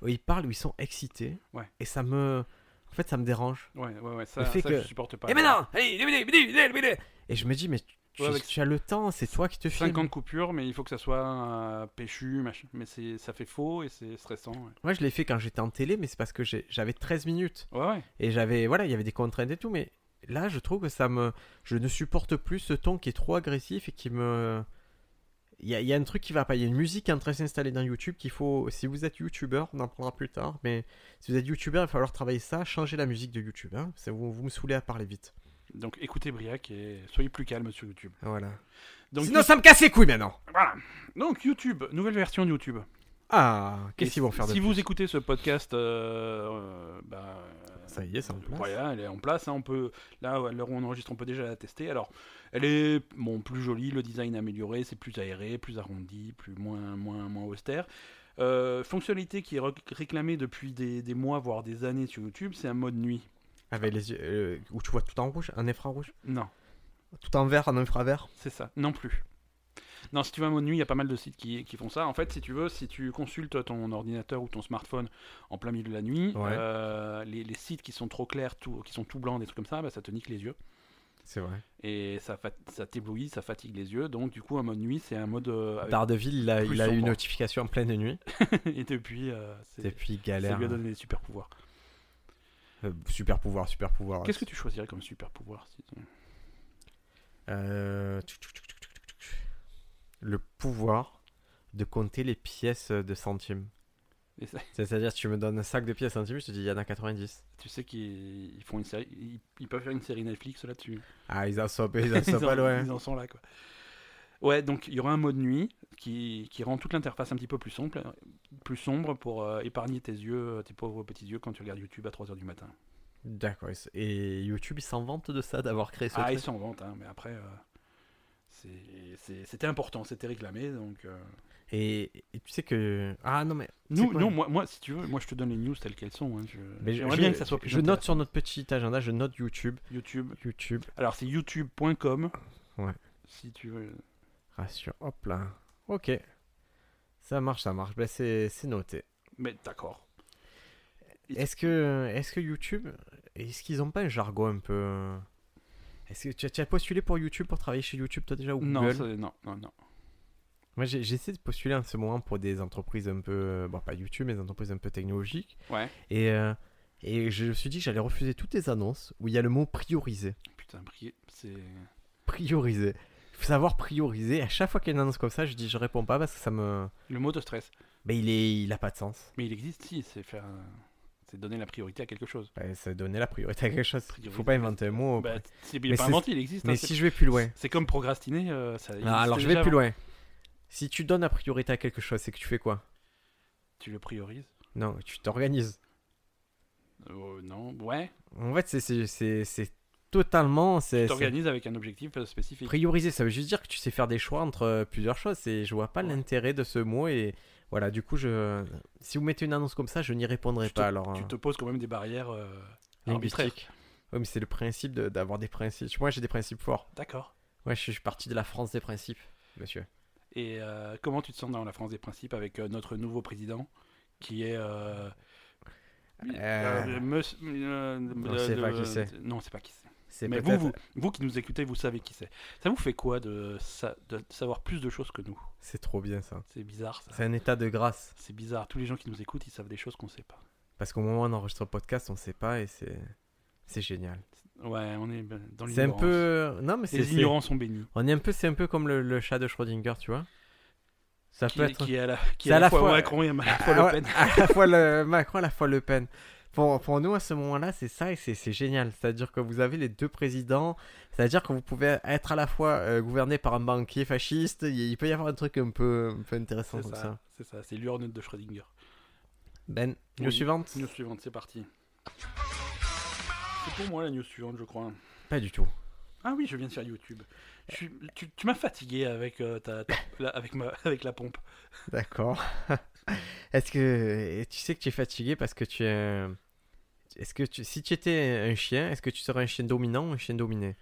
S1: où ils parlent, où ils sont excités.
S2: Ouais.
S1: Et ça me, en fait, ça me dérange.
S2: Ouais, ouais, ouais.
S1: Le
S2: Ça,
S1: fait
S2: ça,
S1: que- Eh,
S2: je supporte pas.
S1: Et maintenant, allez, débilé, débilé, débilé, débilé. Et je me dis, mais tu, tu-
S2: Ouais, avec-
S1: tu as le temps, c'est toi qui te filmes.
S2: 50 coupures, mais il faut que ça soit euh, péchu, machin. Mais c'est- ça fait faux et c'est stressant. Ouais,
S1: Moi, je l'ai fait quand j'étais en télé, mais c'est parce que j'ai- j'avais 13 minutes.
S2: ouais. ouais.
S1: Et j'avais, voilà, il y avait des contraintes et tout, mais là, je trouve que ça me. Je ne supporte plus ce ton qui est trop agressif et qui me. Il y, a- il y a un truc qui va pas. Il y a une musique qui est en train de s'installer dans YouTube qu'il faut. Si vous êtes youtubeur, on en parlera plus tard, mais si vous êtes youtubeur, il va falloir travailler ça, changer la musique de YouTube. Hein. C'est- Vous, vous me saoulez à parler vite.
S2: Donc écoutez Briac et soyez plus calme sur YouTube.
S1: Voilà.
S2: Donc,
S1: Sinon, ça me casse les couilles maintenant.
S2: voilà. Donc YouTube, nouvelle version de YouTube.
S1: Ah,
S2: Et
S1: qu'est-ce qu'ils vont faire de
S2: Si
S1: plus
S2: vous écoutez ce podcast, euh, euh, bah,
S1: Ça y est, c'est en place.
S2: Voilà, elle est en place. hein, on peut, là, à l'heure où on enregistre, on peut déjà la tester. Alors, elle est bon, plus jolie, le design amélioré, c'est plus aéré, plus arrondi, plus moins, moins, moins austère. Euh, fonctionnalité qui est rec- réclamée depuis des, des mois, voire des années sur YouTube, c'est un mode nuit.
S1: Avec les yeux. euh, où tu vois tout en rouge, un infrarouge
S2: Non,
S1: Tout en vert, en infravert
S2: c'est ça, non plus. Non, si tu vas un mode nuit, il y a pas mal de sites qui, qui font ça. En fait, si tu veux, si tu consultes ton ordinateur ou ton smartphone en plein milieu de la nuit,
S1: Ouais.
S2: euh, les, les sites qui sont trop clairs, tout, qui sont tout blancs, des trucs comme ça, bah, ça te nique les yeux.
S1: C'est vrai.
S2: et ça, fat- ça t'éblouit, ça fatigue les yeux. Donc du coup, un mode nuit, c'est un mode euh, avec-
S1: Daredevil, il a,
S2: plus
S1: il a eu une
S2: sombre.
S1: notification en pleine nuit.
S2: et depuis, euh, c'est
S1: Depuis
S2: ça
S1: galère. hein.
S2: lui a donné des super pouvoirs.
S1: Euh, super pouvoir, super pouvoir.
S2: Qu'est-ce que tu choisirais comme super pouvoir si-
S1: Euh, tchou, tchou, tchou, tchou, tchou, tchou, tchou. Le pouvoir de compter les pièces de centimes.
S2: Et ça-
S1: C'est-à-dire, tu me donnes un sac de pièces centimes, je te dis, il y en a 90.
S2: Tu sais qu'ils ils font une série, ils, ils peuvent faire une série Netflix là-dessus.
S1: Ah, ils en sont, ils en
S2: Ils
S1: sont pas
S2: en-
S1: loin.
S2: ils en sont là quoi. Ouais, donc il y aura un mode nuit qui, qui rend toute l'interface un petit peu plus sombre, plus sombre pour euh, épargner tes yeux, tes pauvres petits yeux quand tu regardes YouTube à 3h du matin.
S1: D'accord. ils s- Et YouTube, ils s'en vantent de ça, d'avoir créé ce
S2: Ah,
S1: truc.
S2: ils s'en vantent, hein, mais après, euh, c'est- c'est- c'était important, c'était réclamé, donc... euh,
S1: Et, et tu sais que. Ah non, mais. C'est
S2: Nous,
S1: quoi
S2: nous, moi, moi, si tu veux, moi je te donne les news telles qu'elles sont. hein, je-
S1: mais je,
S2: J'aimerais
S1: je-
S2: bien que ça soit plus
S1: je note
S2: intéressant.
S1: sur notre petit agenda, je note YouTube.
S2: YouTube.
S1: YouTube.
S2: Alors c'est youtube.com.
S1: Ouais.
S2: Si tu veux.
S1: Rassure, hop là. Ok. Ça marche, ça marche. Ben, c'est c'est noté.
S2: Mais d'accord. Et-
S1: Est-ce que, est que YouTube, est-ce qu'ils ont pas un jargon un peu. euh, Est-ce que tu as, tu as postulé pour YouTube, pour travailler chez YouTube, toi déjà ou
S2: Non,
S1: Google
S2: ça- non, non, non.
S1: Moi, j'ai- j'essaie de postuler en ce moment pour des entreprises un peu. euh, Bon, pas YouTube, mais des entreprises un peu technologiques.
S2: Ouais.
S1: Et, euh, et je me suis dit que j'allais refuser toutes les annonces où il y a le mot prioriser.
S2: Putain, pri- c'est.
S1: Prioriser. Il faut savoir prioriser. À chaque fois qu'il y a une annonce comme ça, je dis je réponds pas parce que ça me.
S2: Le mot te stresse.
S1: Mais il, est, il a pas de sens.
S2: Mais il existe, si, c'est faire. un- C'est donner la priorité à quelque chose.
S1: Ouais, c'est donner la priorité à quelque chose. Il
S2: Prioriser,
S1: faut pas inventer un mot.
S2: Bah, c'est- il
S1: Oh, Mais
S2: est pas
S1: c'est-
S2: inventé, il existe. hein,
S1: mais
S2: c'est-
S1: si je vais plus loin.
S2: C'est comme procrastiner. euh, ça
S1: Ah,
S2: existait
S1: alors je
S2: déjà hein.
S1: vais plus
S2: avant.
S1: loin. Si tu donnes la priorité à quelque chose, c'est que tu fais quoi
S2: Tu le priorises
S1: Non, tu t'organises.
S2: Euh, Non, ouais.
S1: En fait, c'est- c'est- c'est c'est totalement. c'est
S2: Tu
S1: c'est-
S2: t'organises avec un objectif euh, spécifique.
S1: Prioriser, ça veut juste dire que tu sais faire des choix entre euh, plusieurs choses. Et je vois pas
S2: Ouais.
S1: l'intérêt de ce mot. Et voilà, du coup, je... si vous mettez une annonce comme ça, je n'y répondrai
S2: Tu
S1: pas. Alors,
S2: Tu
S1: hein,
S2: te poses quand même des barrières euh,
S1: linguistique.
S2: arbitraires.
S1: Ouais, mais c'est le principe de- d'avoir des principes. Moi, j'ai des principes forts.
S2: D'accord.
S1: Ouais, je suis je suis parti de la France des principes, monsieur.
S2: Et euh, comment tu te sens dans la France des principes avec euh, notre nouveau président qui est. euh, euh, monsieur- euh,
S1: on sait pas qui c'est.
S2: Non, c'est pas qui c'est.
S1: C'est
S2: Mais vous,
S1: peut-être-
S2: vous, vous qui nous écoutez, vous savez qui c'est. Ça vous fait quoi de, sa- de savoir plus de choses que nous
S1: C'est trop bien ça.
S2: C'est bizarre ça.
S1: C'est un état de grâce.
S2: C'est bizarre. Tous les gens qui nous écoutent, ils savent des choses qu'on sait pas.
S1: Parce qu'au moment où on enregistre le podcast, on ne sait pas et c'est c'est génial.
S2: Ouais, on est ben, dans
S1: C'est un
S2: l'ignorance.
S1: peu non mais c'est
S2: Les
S1: c'est-
S2: ignorants sont bénis.
S1: on est un peu c'est un peu comme le, le chat de Schrödinger, tu vois. Ça
S2: Qui,
S1: peut être
S2: qui est à la,
S1: C'est
S2: qui est à
S1: à
S2: la
S1: la
S2: fois,
S1: fois-
S2: Macron et à la fois
S1: Ah
S2: Le
S1: ouais,
S2: Pen.
S1: à la fois le Macron, à la fois Le Pen. pour, pour nous, à ce moment-là, c'est ça et c'est c'est génial. C'est-à-dire que vous avez les deux présidents, c'est-à-dire que vous pouvez être à la fois euh, gouverné par un banquier fasciste, il, il peut y avoir un truc un peu, un peu intéressant
S2: C'est
S1: comme ça.
S2: ça, c'est ça, c'est l'urne de Schrödinger.
S1: Ben, news
S2: Oui.
S1: suivante
S2: News suivante, c'est parti. C'est pour moi la news suivante, je crois.
S1: Pas du tout.
S2: Ah oui, je viens de faire YouTube. Je suis- tu tu m'as fatigué avec, euh, ta, ta- la, avec, ma, avec la pompe.
S1: D'accord. Est-ce que et tu sais que tu es fatigué parce que tu es. un- Est-ce que tu... si tu étais un chien, est-ce que tu serais un chien dominant ou un chien dominé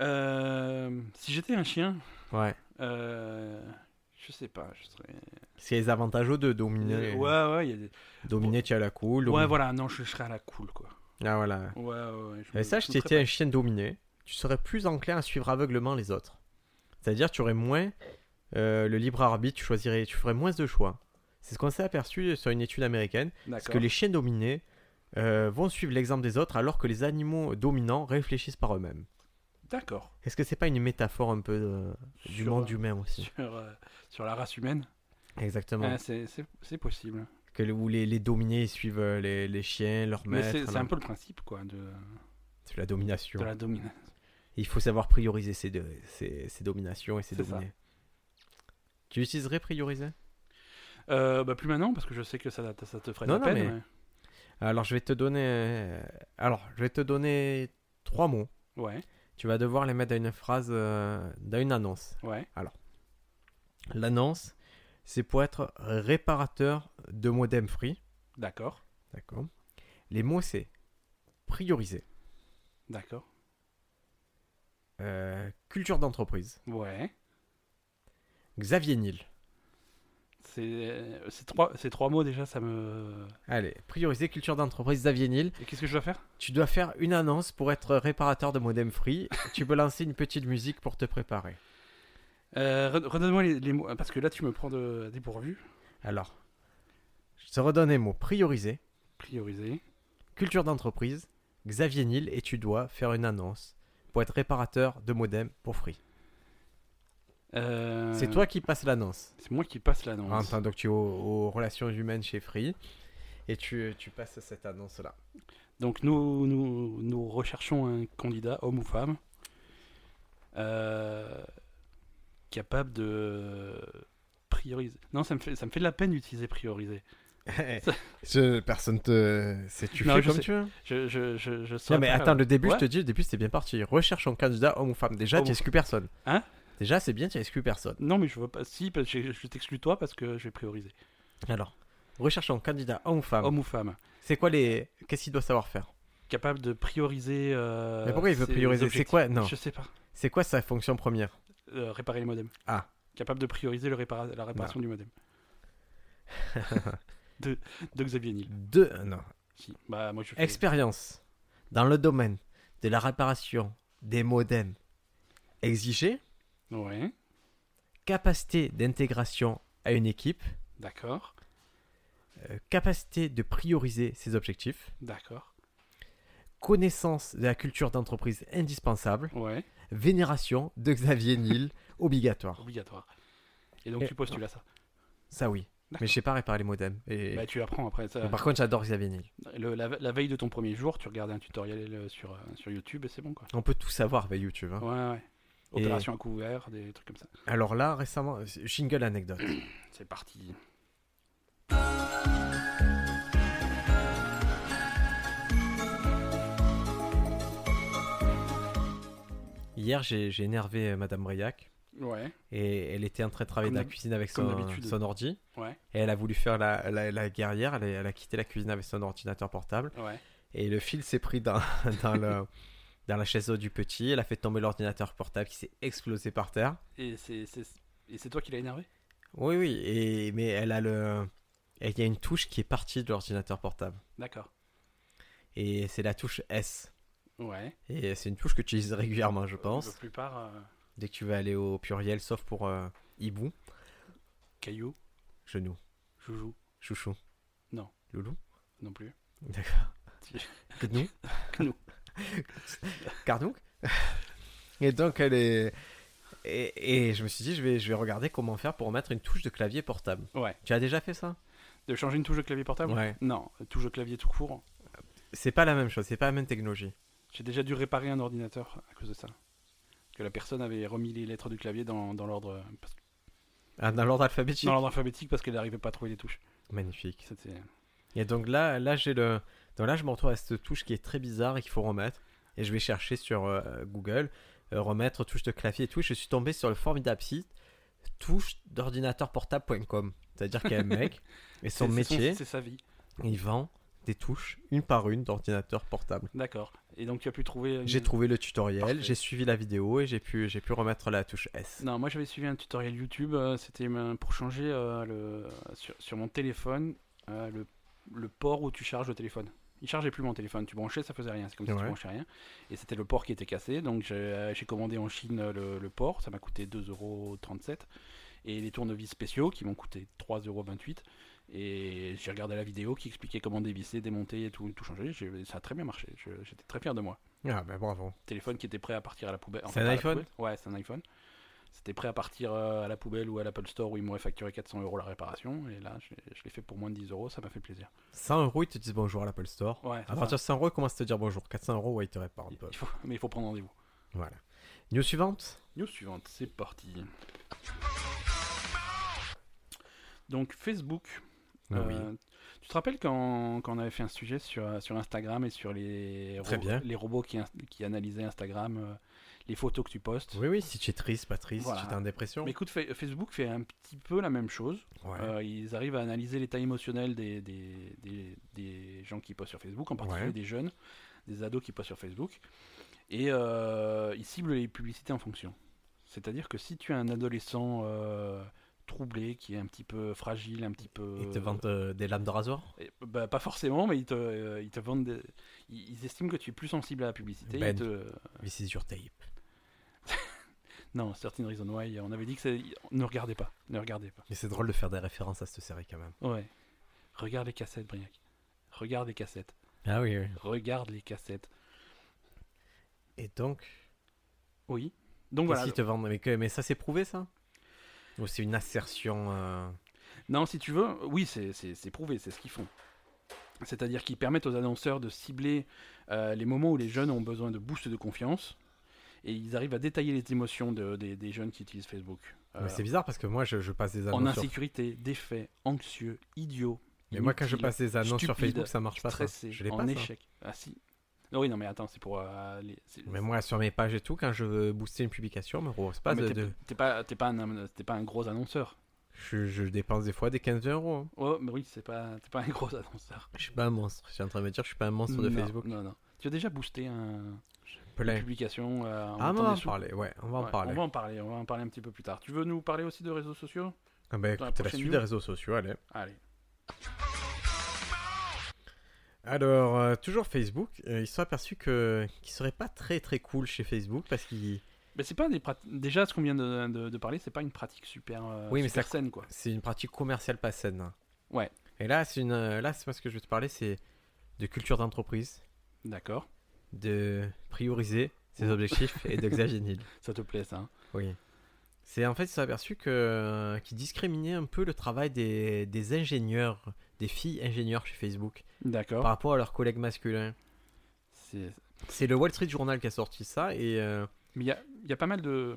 S2: Euh, si j'étais un chien,
S1: Ouais.
S2: euh, je sais pas, je serais.
S1: C'est les avantages aux deux, dominer.
S2: Euh, Ouais, ouais, il y a des-
S1: Dominer, tu es à la cool.
S2: ouais,
S1: dominé-
S2: voilà, non, je, je serais à la cool, quoi.
S1: Ah voilà.
S2: Ouais, ouais, ouais. je
S1: Et
S2: me-
S1: ça,
S2: je
S1: si
S2: me
S1: tu étais
S2: ferais
S1: un chien dominé, tu serais plus enclin à suivre aveuglement les autres. C'est-à-dire, tu aurais moins euh, le libre arbitre, tu choisirais, tu ferais moins de choix. C'est ce qu'on s'est aperçu sur une étude américaine.
S2: pas. D'accord.
S1: Parce que les chiens dominés euh, vont suivre l'exemple des autres alors que les animaux dominants réfléchissent par eux-mêmes.
S2: D'accord.
S1: Est-ce que c'est pas une métaphore un peu de- du
S2: Sur,
S1: monde
S2: euh,
S1: humain aussi
S2: Sur, euh, sur la race humaine,
S1: Exactement.
S2: Ouais, c'est- c'est c'est possible.
S1: Que, le- où les, les dominés suivent euh, les, les chiens, leurs
S2: Mais
S1: maîtres.
S2: c'est c'est
S1: là.
S2: un peu le principe, quoi, de,
S1: C'est la domination.
S2: de la domination.
S1: Il faut savoir prioriser ses, deux- ses- ses dominations et ses
S2: C'est ça.
S1: dominés. Tu utiliserais prioriser
S2: Euh, bah, plus maintenant, parce que je sais que ça, ça te ferait de
S1: Non,
S2: la
S1: non,
S2: peine.
S1: mais- Alors, je vais te donner. euh, Alors, je vais te donner trois mots.
S2: mais- Ouais,
S1: Tu vas devoir les mettre dans une phrase, euh, dans une annonce.
S2: ouais.
S1: L'annonce, c'est pour être réparateur de modem free.
S2: D'accord,
S1: D'accord. Les mots, c'est prioriser,
S2: d'accord.
S1: euh, culture d'entreprise,
S2: Ouais.
S1: Xavier Niel.
S2: C'est euh, ces trois, ces trois mots déjà, ça me.
S1: Allez, prioriser, culture d'entreprise, Xavier Niel.
S2: Et qu'est-ce que je dois faire
S1: Tu dois faire une annonce pour être réparateur de modem free. tu peux lancer une petite musique pour te préparer.
S2: Euh, re- Redonne-moi les, les mots, parce que là tu me prends de à dépourvu.
S1: Alors, je te redonne les mots. Prioriser,
S2: Prioriser.
S1: culture d'entreprise, Xavier Niel. Et tu dois faire une annonce pour être réparateur de modem pour free.
S2: Euh,
S1: C'est toi Ah, qui passes l'annonce.
S2: C'est moi qui passe
S1: En
S2: l'annonce.
S1: tant donc tu es Hein, aux, aux relations humaines chez Free et tu, tu passes cette annonce là.
S2: Donc nous, nous, nous recherchons un candidat, homme ou femme, euh, capable de prioriser. Non, ça me fait, ça me fait de la peine d'utiliser prioriser.
S1: personne te. C'est tu
S2: Non,
S1: fais
S2: je
S1: comme
S2: sais.
S1: tu veux.
S2: Je, je, je, je saurais
S1: Non mais
S2: pas-
S1: attends, le début
S2: Ouais.
S1: je te dis, le début c'était bien parti. Recherche un candidat homme ou femme. Déjà
S2: Homme
S1: tu
S2: ou-
S1: exclus personne.
S2: Hein
S1: Déjà c'est bien tu exclus personne.
S2: Non, mais je veux pas. Si, parce que je, je t'exclus toi parce que je vais prioriser.
S1: Alors recherche un candidat homme ou femme.
S2: Homme ou femme,
S1: C'est quoi les qu'est-ce qu'il doit savoir faire
S2: capable de prioriser. euh,
S1: Mais pourquoi il veut
S2: ses
S1: prioriser C'est
S2: objectifs.
S1: quoi Non.
S2: Je sais pas.
S1: C'est quoi sa fonction première
S2: Euh, réparer les modems.
S1: Ah. Bah.
S2: Capable de prioriser le répara- la réparation du modem. de, de Xavier Niel.
S1: Deux non.
S2: Si. Bah, moi, je fais-
S1: Expérience dans le domaine de la réparation des modems exigés
S2: Ouais,
S1: capacité d'intégration à une équipe,
S2: d'accord,
S1: euh, capacité de prioriser ses objectifs,
S2: d'accord.
S1: connaissance de la culture d'entreprise indispensable,
S2: Ouais,
S1: vénération de Xavier Niel obligatoire.
S2: obligatoire. Et donc,
S1: Et-
S2: tu postules à ça.
S1: Ça oui, mais je sais pas réparer les modems. Et...
S2: Bah, tu apprends après. Ça,
S1: Mais Par contre, j'adore Xavier Niel.
S2: Le- la, la veille de ton premier jour, tu regardes un tutoriel euh, sur, euh, sur YouTube et c'est bon, quoi.
S1: On peut tout savoir via YouTube. hein.
S2: Ouais, ouais.
S1: Et-
S2: Opération à couvert, des trucs comme ça.
S1: Alors là, récemment, euh, jingle anecdote.
S2: C'est parti.
S1: Hier, j'ai j'ai énervé euh, Madame Briac
S2: Ouais,
S1: et elle était en train de travailler
S2: Comme
S1: dans la
S2: d'hab-
S1: cuisine avec
S2: comme
S1: son,
S2: d'habitude.
S1: son ordi.
S2: ouais,
S1: Et elle a voulu faire la, la- la guerrière, elle a- elle a quitté la cuisine avec son ordinateur portable.
S2: ouais.
S1: Et le fil s'est pris dans, dans, le- dans la chaise du petit. Elle a fait tomber l'ordinateur portable qui s'est explosé par terre.
S2: Et c'est c'est- et c'est toi qui l'as énervé
S1: Oui, oui. Et, mais elle a le. et Il y a une touche qui est partie de l'ordinateur portable.
S2: D'accord.
S1: Et c'est la touche S.
S2: Ouais.
S1: Et c'est une touche que tu utilises régulièrement, je pense.
S2: La plupart, euh,
S1: Dès que tu vas aller au pluriel, sauf pour euh, hibou,
S2: caillou,
S1: genou,
S2: joujou,
S1: chouchou.
S2: Non.
S1: Loulou
S2: non plus.
S1: D'accord.
S2: Si.
S1: Gnou
S2: Gnou.
S1: Carnouk Et donc, elle est. Et, et je me suis dit, je vais, je vais regarder comment faire pour mettre une touche de clavier portable.
S2: Ouais.
S1: Tu as déjà fait ça
S2: De changer une touche de clavier portable
S1: Ouais.
S2: Non, touche de clavier tout court.
S1: C'est pas la même chose, c'est pas la même technologie.
S2: J'ai déjà dû réparer un ordinateur à cause de ça. Que la personne avait remis les lettres du clavier dans, dans l'ordre euh, parce que-
S1: Ah, dans l'ordre alphabétique.
S2: dans l'ordre alphabétique parce qu'elle n'arrivait pas à trouver les touches.
S1: Magnifique.
S2: C'était-
S1: Et donc là, là j'ai le. Donc là, je me retrouve à cette touche qui est très bizarre et qu'il faut remettre. Et je vais chercher sur euh, Google, euh, remettre touche de clavier et tout. Et je suis tombé sur le formidable site touche d'ordinateurportable.com. C'est-à-dire qu'il y a un mec et son
S2: c'est- c'est
S1: métier,
S2: C'est sa vie.
S1: il vend des touches une par une d'ordinateur portable.
S2: D'accord. Et donc tu as pu trouver. une-
S1: J'ai trouvé le tutoriel,
S2: Parfait.
S1: j'ai suivi la vidéo et j'ai pu, j'ai pu remettre la touche S.
S2: Non, moi j'avais suivi un tutoriel YouTube. euh, C'était euh, pour changer euh, le... sur, sur mon téléphone euh, le... le port où tu charges le téléphone. Il chargeait plus mon téléphone. Tu branchais, ça faisait rien. C'est comme si
S1: Ouais.
S2: tu branchais rien. Et c'était le port qui était cassé. Donc j'ai euh, j'ai commandé en Chine euh, le, le port. Ça m'a coûté 2,37€. Et les tournevis spéciaux qui m'ont coûté 3,28€. Et j'ai regardé la vidéo qui expliquait comment dévisser, démonter et tout, tout changer. J'ai- Ça a très bien marché. Je- J'étais très fier de moi
S1: Ah
S2: ben,
S1: bah bravo.
S2: téléphone qui était prêt à partir à la poubelle.
S1: C'est un
S2: pas à la
S1: iPhone
S2: poubelle. Ouais, c'est un iPhone. C'était prêt à partir euh, à la poubelle ou à l'Apple Store où ils m'auraient facturé 400 euros la réparation. Et là, je, je l'ai fait pour moins de 10 euros, ça m'a fait plaisir.
S1: 100 euros, ils te disent bonjour à l'Apple Store.
S2: Ouais,
S1: À
S2: c'est
S1: partir de 100 euros, ils commencent à te dire bonjour. 400 euros, ouais, ils te réparent un peu.
S2: Il faut- mais il faut prendre rendez-vous.
S1: Voilà. News suivante
S2: News suivante, c'est parti. Donc, Facebook.
S1: Ah
S2: euh, Tu te rappelles quand, quand on avait fait un sujet sur, euh, sur Instagram et sur les,
S1: Très
S2: ro-
S1: bien.
S2: les robots qui, ins- qui analysaient Instagram, euh, les photos que tu postes
S1: Oui, oui, si tu es triste, pas triste,
S2: Voilà.
S1: si tu es en dépression.
S2: Mais écoute, Fa- Facebook fait un petit peu la même chose.
S1: Ouais.
S2: Euh, ils arrivent à analyser l'état émotionnel des, des, des- des gens qui postent sur Facebook, en particulier
S1: Ouais.
S2: des jeunes, des ados qui postent sur Facebook. Et euh, ils ciblent les publicités en fonction. C'est-à-dire que si tu es un adolescent euh, troublé, qui est un petit peu fragile, un petit peu...
S1: Ils te vendent euh, des lames de rasoir
S2: Eh, bah, pas forcément, mais ils te, euh, ils te vendent... des- Ils ils estiment que tu es plus sensible à la publicité.
S1: Ben.
S2: ils te-
S1: This is your tape.
S2: Non, Certain Reason Why, on avait dit que c'est... Ne regardez pas, ne regardez pas.
S1: Mais c'est drôle de faire des références à cette série quand même.
S2: Ouais. Regarde les cassettes, Briac. Regarde les cassettes.
S1: Ah oui, oui.
S2: Regarde les cassettes.
S1: Et donc,
S2: Oui.
S1: qu'est-ce
S2: Donc voilà.
S1: qu'ils te vendent mais, que- mais ça, c'est prouvé ça Ou c'est une assertion euh,
S2: Non, si tu veux, oui, c'est- c'est c'est prouvé, c'est ce qu'ils font. C'est-à-dire qu'ils permettent aux annonceurs de cibler euh, les moments où les jeunes ont besoin de boost de confiance. Et ils arrivent à détailler les émotions de- des, des jeunes qui utilisent Facebook. Euh,
S1: mais C'est bizarre parce que moi, je, je passe des
S2: en
S1: annonces. sur...
S2: insécurité, défait, anxieux, idiot.
S1: Mais moi, quand je
S2: inutile,
S1: passe des annonces sur
S2: stupide,
S1: Facebook, ça marche pas. ça.
S2: stressé,
S1: Je hein. l'ai
S2: en
S1: pas. ça.
S2: échec. Ah si. Non, oui, non, mais attends, c'est pour. euh, les- c'est-
S1: Mais moi, sur mes pages et tout, quand je veux booster une publication, me propose pas
S2: Ah, mais
S1: de.
S2: t'es-
S1: de-
S2: t'es pas, t'es pas, un- t'es pas un gros annonceur.
S1: Je, je dépense des fois des 15 euros. hein.
S2: Oh, mais oui, c'est pas, t'es pas un gros annonceur.
S1: Je suis pas un monstre. Je suis en train de me dire, je suis pas un monstre de
S2: Non,
S1: Facebook.
S2: Non, non. Tu as déjà boosté un... une
S1: Plein.
S2: publication euh, en
S1: Ah, mais on
S2: mettant
S1: va
S2: des
S1: en
S2: sous.
S1: parler. Ouais, on va en
S2: Ouais,
S1: parler.
S2: On va en parler, on va en parler un petit peu plus tard. Tu veux nous parler aussi de réseaux sociaux
S1: Ah bah
S2: Dans la
S1: écoute, la
S2: prochaine
S1: suite
S2: news.
S1: des réseaux sociaux, allez.
S2: Allez.
S1: Alors, euh, toujours Facebook, euh, ils se sont aperçus que qu'ils seraient pas très très cool chez Facebook parce qu'ils
S2: Mais c'est pas des prat- déjà ce qu'on vient de, de- de parler, c'est pas une pratique super, euh,
S1: Oui, mais
S2: super
S1: ça-
S2: saine quoi.
S1: c'est une pratique commerciale pas saine.
S2: Ouais.
S1: Et là, c'est une euh, là c'est parce que je vais te parler c'est de culture d'entreprise,
S2: D'accord.
S1: de prioriser ses objectifs et d'exagérer.
S2: Ça te plaît ça. hein
S1: Oui. C'est en fait, ils se sont aperçus que qu'ils discriminaient un peu le travail des, des ingénieurs, des filles ingénieurs chez Facebook
S2: D'accord.
S1: par rapport à leurs collègues masculins.
S2: C'est-
S1: C'est le Wall Street Journal qui a sorti ça et euh,
S2: Mais il y a, il y a pas mal de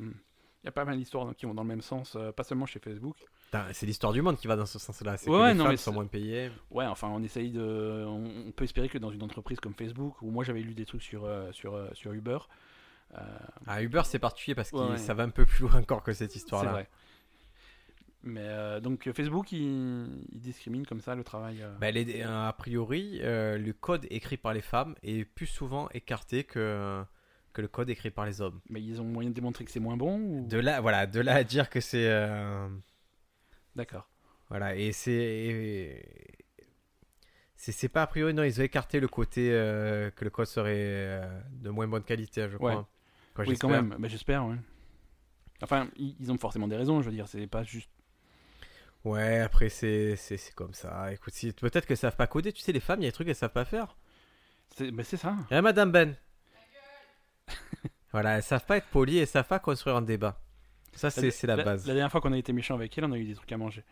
S2: il y a pas mal d'histoires qui vont dans le même sens, euh, pas seulement chez Facebook.
S1: Putain, C'est l'histoire du monde qui va dans ce sens-là. C'est
S2: Ouais,
S1: que
S2: ouais,
S1: les
S2: non,
S1: femmes
S2: mais
S1: sont
S2: c'est-
S1: moins payées.
S2: Ouais, enfin, on essaye de. On on peut espérer que dans une entreprise comme Facebook, où moi j'avais lu des trucs sur, euh, sur, euh, sur Uber, euh,
S1: Ah, Uber, c'est particulier parce que
S2: Ouais, ouais.
S1: ça va un peu plus loin encore que cette
S2: C'est
S1: histoire-là.
S2: vrai. Mais euh, donc euh, Facebook, il, il discrimine comme ça le travail. euh.
S1: Bah, les- euh, a priori, euh, le code écrit par les femmes est plus souvent écarté que, que le code écrit par les hommes.
S2: Mais ils ont moyen de démontrer que c'est moins bon ou...
S1: De là, voilà, de là à dire que c'est. euh,
S2: D'accord.
S1: Voilà, et c'est. et- C'est c'est pas a priori, non, ils ont écarté le côté euh, que le code serait euh, de moins bonne qualité, je crois.
S2: Ouais.
S1: Quoi,
S2: Oui,
S1: j'espère.
S2: quand même. Mais j'espère, ouais. Enfin, i- ils ont forcément des raisons, je veux dire, c'est pas juste.
S1: Ouais, après, c'est c'est- c'est comme ça. Écoute, si- peut-être qu'elles savent pas coder. Tu sais, les femmes, il y a des trucs qu'elles savent pas faire.
S2: C'est mais c'est ça.
S1: Hein, Madame Ben Voilà, elles savent pas être polies, elles savent pas construire un débat. Ça, c'est c'est la base.
S2: La dernière fois qu'on a été méchant avec elle, on a eu des trucs à manger.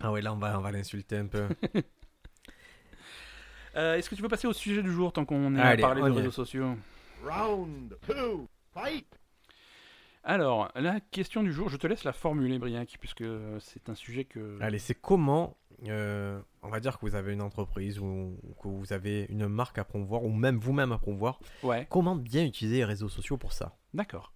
S1: Ah ouais, là, on va, on va l'insulter un peu.
S2: Euh, Est-ce que tu peux passer au sujet du jour tant qu'on est
S1: Allez,
S2: à parler
S1: on
S2: de
S1: y est.
S2: réseaux sociaux
S3: Round two, fight!
S2: Alors, la question du jour, je te laisse la formuler, Briac, puisque euh, c'est un sujet que.
S1: Allez, c'est comment, euh, on va dire que vous avez une entreprise ou, ou que vous avez une marque à promouvoir, ou même vous-même à promouvoir,
S2: Ouais,
S1: comment bien utiliser les réseaux sociaux pour ça
S2: d'accord.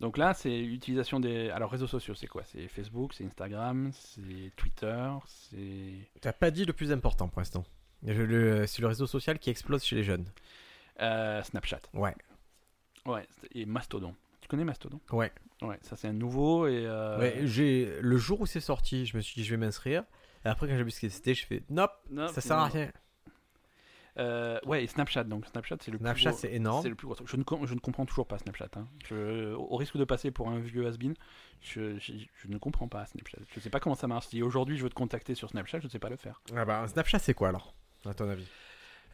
S2: Donc là, c'est l'utilisation des. Alors, réseaux sociaux, c'est quoi C'est Facebook, c'est Instagram, c'est Twitter, c'est.
S1: T'as pas dit le plus important pour l'instant. Je- le- C'est le réseau social qui explose chez les jeunes.
S2: euh, Snapchat.
S1: Ouais.
S2: Ouais, c'est- et Mastodon. Tu connais Mastodon
S1: Ouais.
S2: Ouais, ça c'est un nouveau et. euh,
S1: Ouais, j'ai le jour où c'est sorti, je me suis dit je vais m'inscrire. Et après quand j'ai vu ce que c'était, je fais nope,
S2: non,
S1: ça sert à
S2: non.
S1: rien.
S2: Euh, ouais, et Snapchat donc. Snapchat c'est le plus
S1: Snapchat
S2: gros-
S1: c'est énorme.
S2: C'est le plus gros truc. Je ne, com- je ne comprends toujours pas Snapchat. hein. Je- au au risque de passer pour un vieux has-been, je, je- je ne comprends pas Snapchat. Je ne sais pas comment ça marche. Si aujourd'hui je veux te contacter sur Snapchat, je ne sais pas le faire.
S1: Ah bah, Snapchat c'est quoi alors À ton avis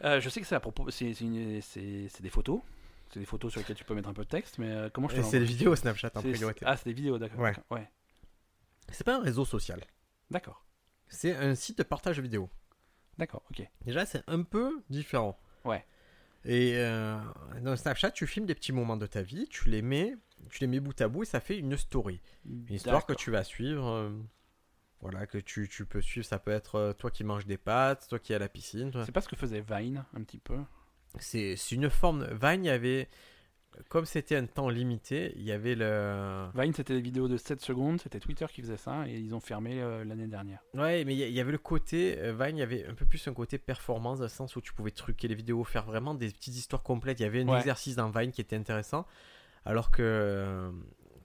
S2: Euh, je sais que c'est à propos. C'est c'est une- c'est- c'est des photos. C'est des photos sur lesquelles tu peux mettre un peu de texte, mais euh, comment je te
S1: Et C'est les
S2: l'envoie
S1: vidéos Snapchat en
S2: C'est-
S1: priorité.
S2: Ah, c'est des vidéos, d'accord.
S1: Ouais.
S2: ouais.
S1: C'est pas un réseau social.
S2: D'accord.
S1: C'est un site de partage vidéo.
S2: D'accord, ok.
S1: Déjà c'est un peu différent.
S2: Ouais.
S1: Et euh, dans Snapchat, tu filmes des petits moments de ta vie, tu les mets, tu les mets bout à bout et ça fait une story. Une histoire que
S2: D'accord.
S1: tu vas suivre. euh, voilà, que tu, tu peux suivre. Ça peut être euh, toi qui manges des pâtes, toi qui es à la piscine. toi.
S2: C'est pas ce que faisait Vine, un petit peu.
S1: C'est c'est une forme. Vine, il y avait. Comme c'était un temps limité, il y avait le.
S2: Vine, c'était des vidéos de 7 secondes, c'était Twitter qui faisait ça, et ils ont fermé euh, l'année dernière.
S1: Ouais, mais il y- il y avait le côté. euh, Vine, il y avait un peu plus un côté performance, dans le sens où tu pouvais truquer les vidéos, faire vraiment des petites histoires complètes. Il y avait un
S2: Ouais.
S1: exercice dans Vine qui était intéressant. Alors que. euh,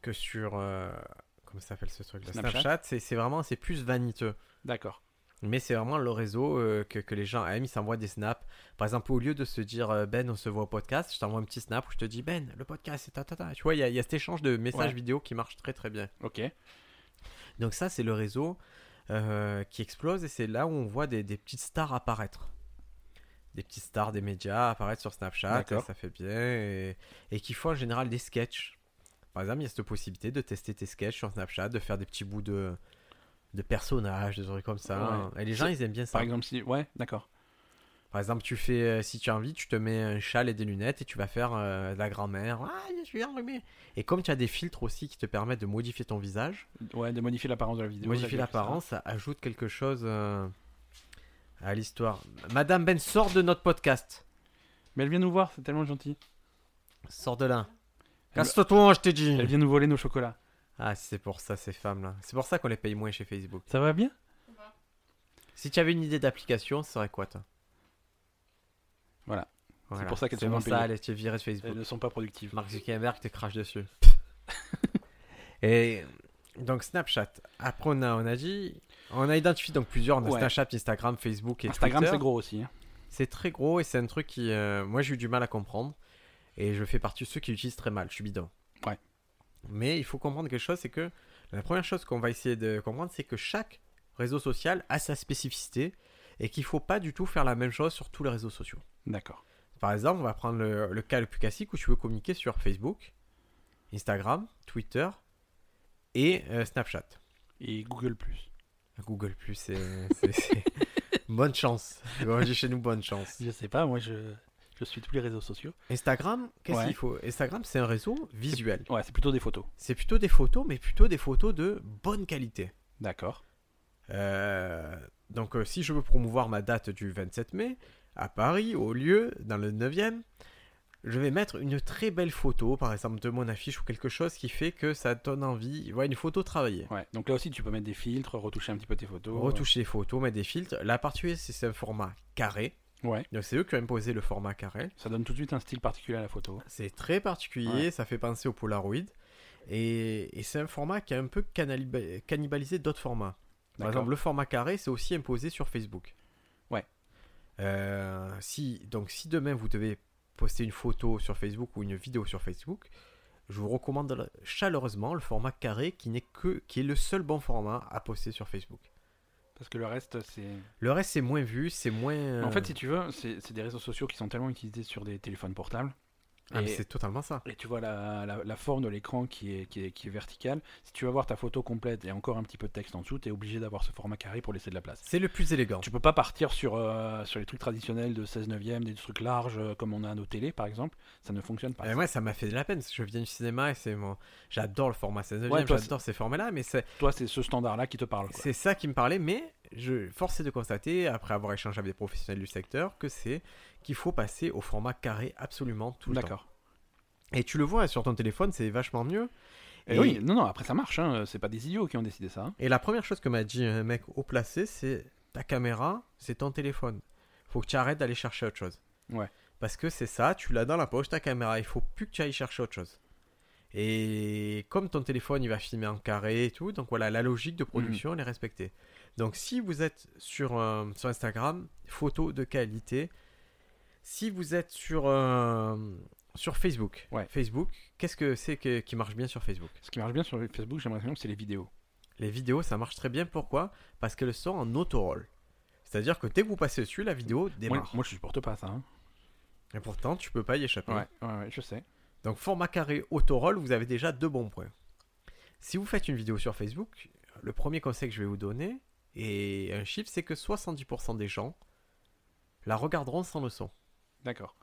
S1: Que sur. euh, Comment ça s'appelle ce truc
S2: Snapchat.
S1: Snapchat, c'est c'est vraiment. C'est plus vaniteux.
S2: D'accord.
S1: Mais c'est vraiment le réseau euh, que, que les gens aiment, ils s'envoient des snaps. Par exemple, au lieu de se dire euh, Ben, on se voit au podcast, je t'envoie un petit snap où je te dis Ben, le podcast, c'est ta ta ta. Tu vois, il y, a- il y a cet échange de messages
S2: Ouais.
S1: vidéo qui marche très très bien.
S2: Ok.
S1: Donc, ça, c'est le réseau euh, qui explose et c'est là où on voit des, des petites stars apparaître. Des petites stars des médias apparaître sur Snapchat,
S2: D'accord.
S1: ça fait bien, et, et qui font en général des sketchs. Par exemple, il y a cette possibilité de tester tes sketchs sur Snapchat, de faire des petits bouts de, de personnages, des trucs comme ça. Et les gens, ils aiment bien ça.
S2: Par exemple, si. Ouais, d'accord.
S1: Par exemple, tu fais, euh, si tu as envie, tu te mets un châle et des lunettes et tu vas faire euh, de la grand-mère. Ah, je suis enrhumé. Et comme tu as des filtres aussi qui te permettent de modifier ton visage,
S2: Ouais, de modifier l'apparence de la hein. vidéo. j'avais vu
S1: modifier
S2: ça.
S1: l'apparence, ça ajoute quelque chose euh, à l'histoire. Madame Ben, sort de notre podcast.
S2: Mais elle vient nous voir, c'est tellement gentil.
S1: Sors de là.
S2: Elle-
S1: Casse-toi, je t'ai
S2: Elle
S1: dit.
S2: vient nous voler nos chocolats.
S1: Ah, c'est pour ça, ces femmes-là. C'est pour ça qu'on les paye moins chez Facebook.
S2: Ça va bien
S1: Si tu avais une idée d'application, ce serait quoi, toi
S2: Voilà.
S1: Voilà.
S2: pour ça qu'elles
S1: C'est
S2: sont
S1: pour
S2: payées.
S1: ça, allez, tu es viré de Facebook.
S2: Elles ne sont pas productives.
S1: Mark Zuckerberg te crache dessus. Et donc Snapchat. Après on a, on a dit, on a identifié donc plusieurs. On a
S2: Ouais.
S1: Snapchat, Instagram, Facebook et
S2: Instagram,
S1: Twitter.
S2: c'est gros aussi. hein.
S1: C'est très gros et c'est un truc qui, euh, moi j'ai eu du mal à comprendre. Et je fais partie de ceux qui l'utilisent très mal. Je suis bidon.
S2: Ouais.
S1: Mais il faut comprendre quelque chose, c'est que la première chose qu'on va essayer de comprendre, c'est que chaque réseau social a sa spécificité et qu'il faut pas du tout faire la même chose sur tous les réseaux sociaux.
S2: D'accord.
S1: Par exemple, on va prendre le, le cas le plus classique où tu veux communiquer sur Facebook, Instagram, Twitter et euh, Snapchat.
S2: Et Google.
S1: Google Plus, c'est c'est- c'est- bonne chance. Comme on dit chez nous, bonne chance.
S2: Je sais pas, moi je, je suis tous les réseaux sociaux.
S1: Instagram, qu'est-ce
S2: Ouais.
S1: qu'il faut Instagram, c'est un réseau visuel.
S2: Ouais, c'est plutôt des photos.
S1: C'est plutôt des photos, mais plutôt des photos de bonne qualité.
S2: D'accord.
S1: Euh, donc, euh, si je veux promouvoir ma date du 27 mai à Paris, au lieu, dans le 9e, je vais mettre une très belle photo, par exemple de mon affiche ou quelque chose qui fait que ça donne envie. Ouais, une photo travaillée.
S2: Ouais. Donc là aussi, tu peux mettre des filtres, retoucher un petit peu tes photos.
S1: Retoucher les photos, mettre des filtres. La partie, c'est c'est un format carré.
S2: Ouais.
S1: Donc, c'est eux qui ont imposé le format carré.
S2: Ça donne tout de suite un style particulier à la photo.
S1: C'est très particulier, ça fait penser au Polaroid. Et, et c'est un format qui a un peu cannali- cannibalisé d'autres formats. Par
S2: D'accord.
S1: exemple, le format carré, c'est aussi imposé sur Facebook.
S2: Ouais.
S1: Euh, si, donc, si demain vous devez poster une photo sur Facebook ou une vidéo sur Facebook, je vous recommande chaleureusement le format carré qui n'est que qui est le seul bon format à poster sur Facebook.
S2: Parce que le reste, c'est.
S1: Le reste, c'est moins vu, c'est moins.
S2: En fait,
S1: euh,
S2: si tu veux, c'est c'est des réseaux sociaux qui sont tellement utilisés sur des téléphones portables
S1: Ah, mais
S2: Et-
S1: c'est totalement ça.
S2: et tu vois la, la- la forme de l'écran qui est, qui, est, qui est verticale. Si tu vas voir ta photo complète et encore un petit peu de texte en dessous, tu es obligé d'avoir ce format carré pour laisser de la place.
S1: C'est le plus élégant.
S2: Tu peux pas partir sur, euh, sur les trucs traditionnels de 16 neuvième, des trucs larges euh, comme on a à nos télés par exemple. Ça ne fonctionne pas.
S1: Et moi, ça m'a fait de la peine parce que je viens du cinéma et c'est mon. J'adore le format 16
S2: Ouais, toi,
S1: j'adore ces formats-là, mais c'est
S2: Toi, c'est ce standard-là qui te parle. quoi.
S1: c'est ça qui me parlait. Mais je force est de constater, après avoir échangé avec des professionnels du secteur, que c'est qu'il faut passer au format carré absolument tout le temps.
S2: D'accord.
S1: Et tu le vois sur ton téléphone, c'est vachement mieux.
S2: Et, Eh oui, non, non, après ça marche. Hein. C'est pas des idiots qui ont décidé ça. hein.
S1: Et la première chose que m'a dit un mec haut placé, c'est ta caméra, c'est ton téléphone. Faut que tu arrêtes d'aller chercher autre chose.
S2: Ouais.
S1: Parce que c'est ça, tu l'as dans la poche, ta caméra, il faut plus que tu ailles chercher autre chose. Et comme ton téléphone, il va filmer en carré et tout, donc voilà, la logique
S2: Mhm.
S1: de production, elle est respectée. Donc si vous êtes sur, euh, sur Instagram, photo de qualité. Si vous êtes sur, euh, sur Facebook,
S2: Ouais.
S1: Facebook, qu'est-ce que c'est que- qui marche bien sur Facebook
S2: Ce qui marche bien sur Facebook, j'ai l'impression que c'est les vidéos.
S1: les vidéos, ça marche très bien. Pourquoi Parce qu'elles sont en autoroll. C'est-à-dire que dès que vous passez dessus, la vidéo
S2: Moi,
S1: démarre.
S2: moi, je supporte pas ça. hein.
S1: Et pourtant, tu peux pas y échapper.
S2: Ouais, ouais, ouais, je sais.
S1: Donc, format carré autoroll, vous avez déjà deux bons points. Si vous faites une vidéo sur Facebook, le premier conseil que je vais vous donner, et un chiffre, c'est que 70% des gens la regarderont sans le son.
S2: D'accord.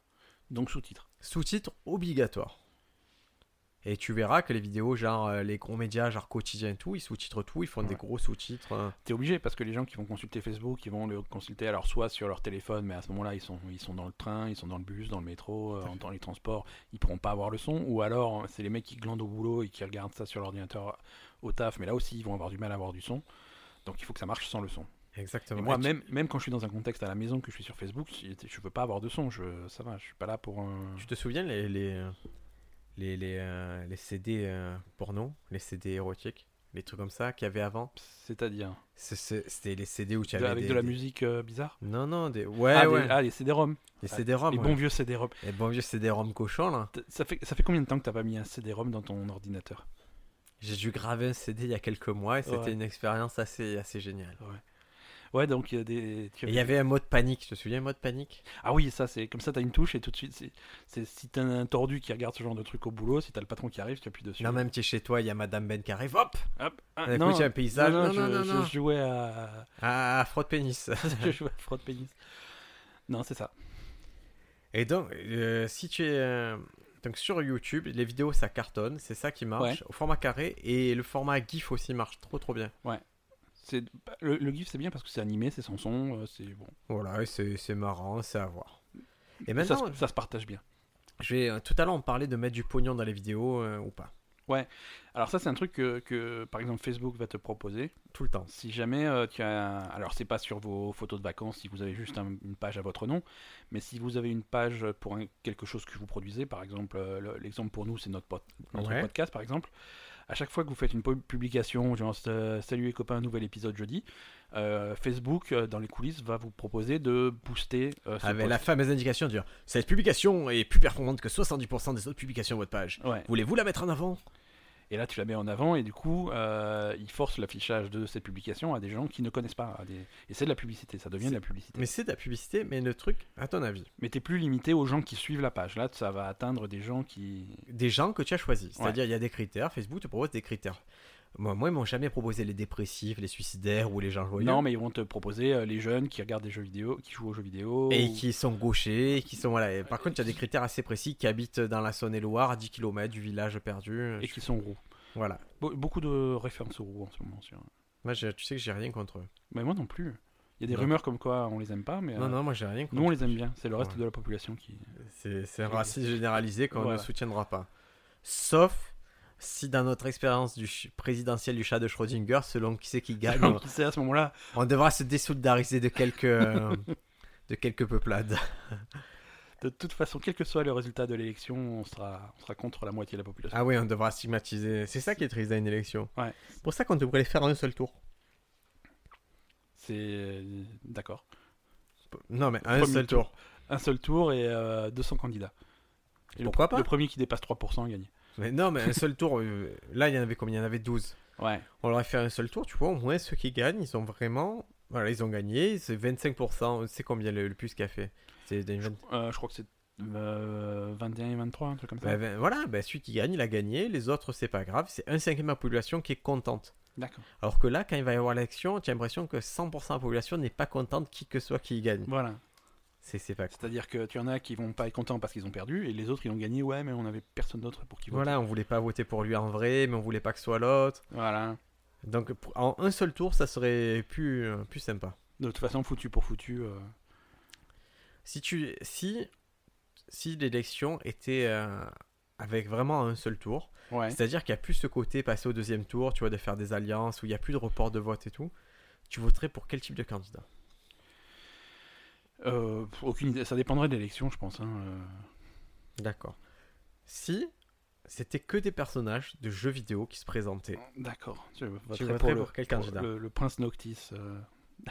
S2: Donc sous-titres.
S1: Sous-titres obligatoire. Et tu verras que les vidéos, genre euh, les gros médias, genre quotidien et tout, ils sous-titrent tout, ils font des
S2: Ouais.
S1: gros sous-titres. euh,
S2: T'es obligé parce que les gens qui vont consulter Facebook, ils vont le consulter alors soit sur leur téléphone, mais à ce moment-là ils sont ils sont dans le train, ils sont dans le bus, dans le métro, euh, en- dans les transports, ils pourront pas avoir le son. Ou alors c'est les mecs qui glandent au boulot et qui regardent ça sur l'ordinateur au taf, mais là aussi ils vont avoir du mal à avoir du son. Donc il faut que ça marche sans le son. Et
S1: Exactement.
S2: moi
S1: Et tu-
S2: même même quand je suis dans un contexte à la maison que je suis sur Facebook, je, je peux pas avoir de son. Je ça va, je suis pas là pour. un-
S1: Tu te souviens les les euh, les, les, euh, les CD euh, porno, les CD érotiques, les trucs comme ça qu'il y avait avant
S2: C'est-à-dire
S1: C'est- c'est- C'était les CD où tu
S2: de-
S1: avais
S2: avec
S1: des-
S2: de la
S1: des-
S2: musique euh, bizarre.
S1: Non non, des ouais
S2: ah, des-
S1: ouais,
S2: ah, les CD-ROM,
S1: les CD-ROM.
S2: les
S1: ouais.
S2: bons vieux CD-ROM.
S1: Les bons vieux CD-ROM cochons là.
S2: T- Ça fait, ça fait combien de temps que t'as pas mis un CD-ROM dans ton ordinateur
S1: J'ai dû graver un CD il y a quelques mois et c'était
S2: Ouais.
S1: une expérience assez assez géniale.
S2: Ouais, donc il y a des. tu
S1: Et
S2: as-
S1: il y avait un mode panique, tu te souviens un mode panique
S2: Ah oui, ça, c'est comme ça, t'as une touche et tout de suite, c'est, c'est- si t'as un tordu qui regarde ce genre de truc au boulot, si t'as le patron qui arrive, tu appuies dessus.
S1: Non même tu es chez toi, il y a Madame Ben qui arrive, hop,
S2: Hop, ah,
S1: d'un
S2: non,
S1: coup tu as un paysage. Non
S2: non,
S1: non
S2: non, je,
S1: non
S2: je
S1: non.
S2: jouais à.
S1: Ah frotte pénis.
S2: je jouais à Fraude Pénis. Non, c'est ça.
S1: Et donc, euh, si tu es euh, donc sur YouTube, les vidéos ça cartonne, c'est ça qui marche. Au format carré et le format GIF aussi marche trop trop bien.
S2: C'est, bah, le, le GIF, c'est bien parce que c'est animé, c'est sans son, euh, c'est bon.
S1: Voilà, et c'est c'est marrant, c'est à voir. Et
S2: ça,
S1: maintenant,
S2: se- ça se partage bien.
S1: je vais, euh, tout à l'heure on parlait de mettre du pognon dans les vidéos euh, ou pas,
S2: Alors, ça, c'est un truc que, que, par exemple, Facebook va te proposer.
S1: tout le temps.
S2: Si jamais euh, tu as. Alors, c'est pas sur vos photos de vacances si vous avez juste un- une page à votre nom, mais si vous avez une page pour un- quelque chose que vous produisez, par exemple, euh, le- l'exemple pour nous, c'est notre, pod- notre
S1: Ouais.
S2: podcast, par exemple. À chaque fois que vous faites une pub- publication, genre euh, Salut les copains, nouvel épisode jeudi, euh, Facebook, euh, dans les coulisses, va vous proposer de booster euh, ce
S1: Avec la
S2: post.
S1: fameuse indication dire cette publication est plus performante que 70% des autres publications de votre page.
S2: Ouais.
S1: Voulez-vous la mettre en avant
S2: Et là, tu la mets en avant, et du coup, euh, il force l'affichage de cette publication à des gens qui ne connaissent pas. à des- Et c'est de la publicité, ça devient de la publicité.
S1: Mais c'est de la publicité, mais le truc, à ton avis,
S2: Mais t'es plus limité aux gens qui suivent la page. Là, ça va atteindre des gens qui.
S1: des gens que tu as choisis. C'est-à-dire, il y a des critères, Facebook te propose des critères. Moi, moi ils m'ont jamais proposé les dépressifs, les suicidaires ou les gens joyeux.
S2: Non, mais ils vont te proposer euh, les jeunes qui regardent des jeux vidéo, qui jouent aux jeux vidéo.
S1: Et
S2: ou-
S1: qui sont gauchers, et qui sont voilà. Et par contre, il y a des critères assez précis qui habitent dans la Saône-et-Loire, à 10 km du village perdu.
S2: et qui sont roux.
S1: Voilà.
S2: Be- beaucoup de références aux roux en ce moment. Sur...
S1: Moi, j'ai- tu sais que j'ai rien contre eux.
S2: Mais moi non plus. Il y a des
S1: Non.
S2: rumeurs comme quoi on les aime pas, mais euh,
S1: Non, non, moi, j'ai rien contre.
S2: nous on les aime bien. C'est le reste
S1: Ouais.
S2: de la population qui.
S1: C'est c'est un racisme généralisé qu'on
S2: Voilà.
S1: ne soutiendra pas. Sauf si dans notre expérience du ch- présidentiel du chat de Schrödinger, selon qui c'est qui gagne, on,
S2: Donc, qui sait à ce moment-là
S1: on devra se désolidariser de quelques euh, de quelques peuplades.
S2: De toute façon, quel que soit le résultat de l'élection, on sera, on sera contre la moitié de la population.
S1: Ah oui, on devra stigmatiser. C'est ça qui est triste à une élection.
S2: Ouais.
S1: C'est Pour ça qu'on devrait les faire en un seul tour.
S2: C'est. euh, D'accord.
S1: Non, mais un
S2: Premier
S1: seul
S2: tour.
S1: tour.
S2: Un seul tour et euh, 200 candidats. Et le-
S1: Pourquoi pas
S2: Le premier qui dépasse 3% gagne.
S1: Mais non, mais un seul tour. euh, Là, il y en avait combien Il y en avait 12.
S2: Ouais.
S1: On leur a fait un seul tour, tu vois. Au moins, ceux qui gagnent, ils ont vraiment. Voilà, ils ont gagné. C'est 25%. C'est combien le, le plus qu'a fait C'est des vingt-
S2: Euh, je crois que c'est euh, 21 et 23, un truc comme ça.
S1: Bah, ben, voilà, ben, celui qui gagne, il a gagné. Les autres, c'est pas grave. C'est un cinquième de la population qui est contente.
S2: D'accord.
S1: Alors que là, quand il va y avoir l'élection, tu as l'impression que 100% de la population n'est pas contente, qui que soit qui gagne.
S2: Voilà.
S1: C'est c'est pas cool.
S2: C'est-à-dire que tu en as qui vont pas être contents parce qu'ils ont perdu et les autres ils ont gagné. Ouais, mais on avait personne d'autre pour qui vote.
S1: Voilà, on voulait pas voter pour lui en vrai, mais on voulait pas que ce soit l'autre.
S2: Voilà.
S1: Donc pour- en un seul tour, ça serait plus, euh, plus sympa.
S2: De toute façon, foutu pour foutu. euh,
S1: Si tu si si l'élection était euh, avec vraiment un seul tour,
S2: Ouais.
S1: c'est-à-dire qu'il n'y a plus ce côté passer au deuxième tour, tu vois, de faire des alliances où il n'y a plus de report de vote et tout, tu voterais pour quel type de candidat
S2: Euh, pff, aucune idée. Ça dépendrait de l'élection, je pense. hein, euh.
S1: D'accord. Si c'était que des personnages de jeux vidéo qui se présentaient,
S2: D'accord. Je voterais
S1: voterais
S2: pour, le,
S1: pour quel candidat
S2: le, le prince Noctis. euh.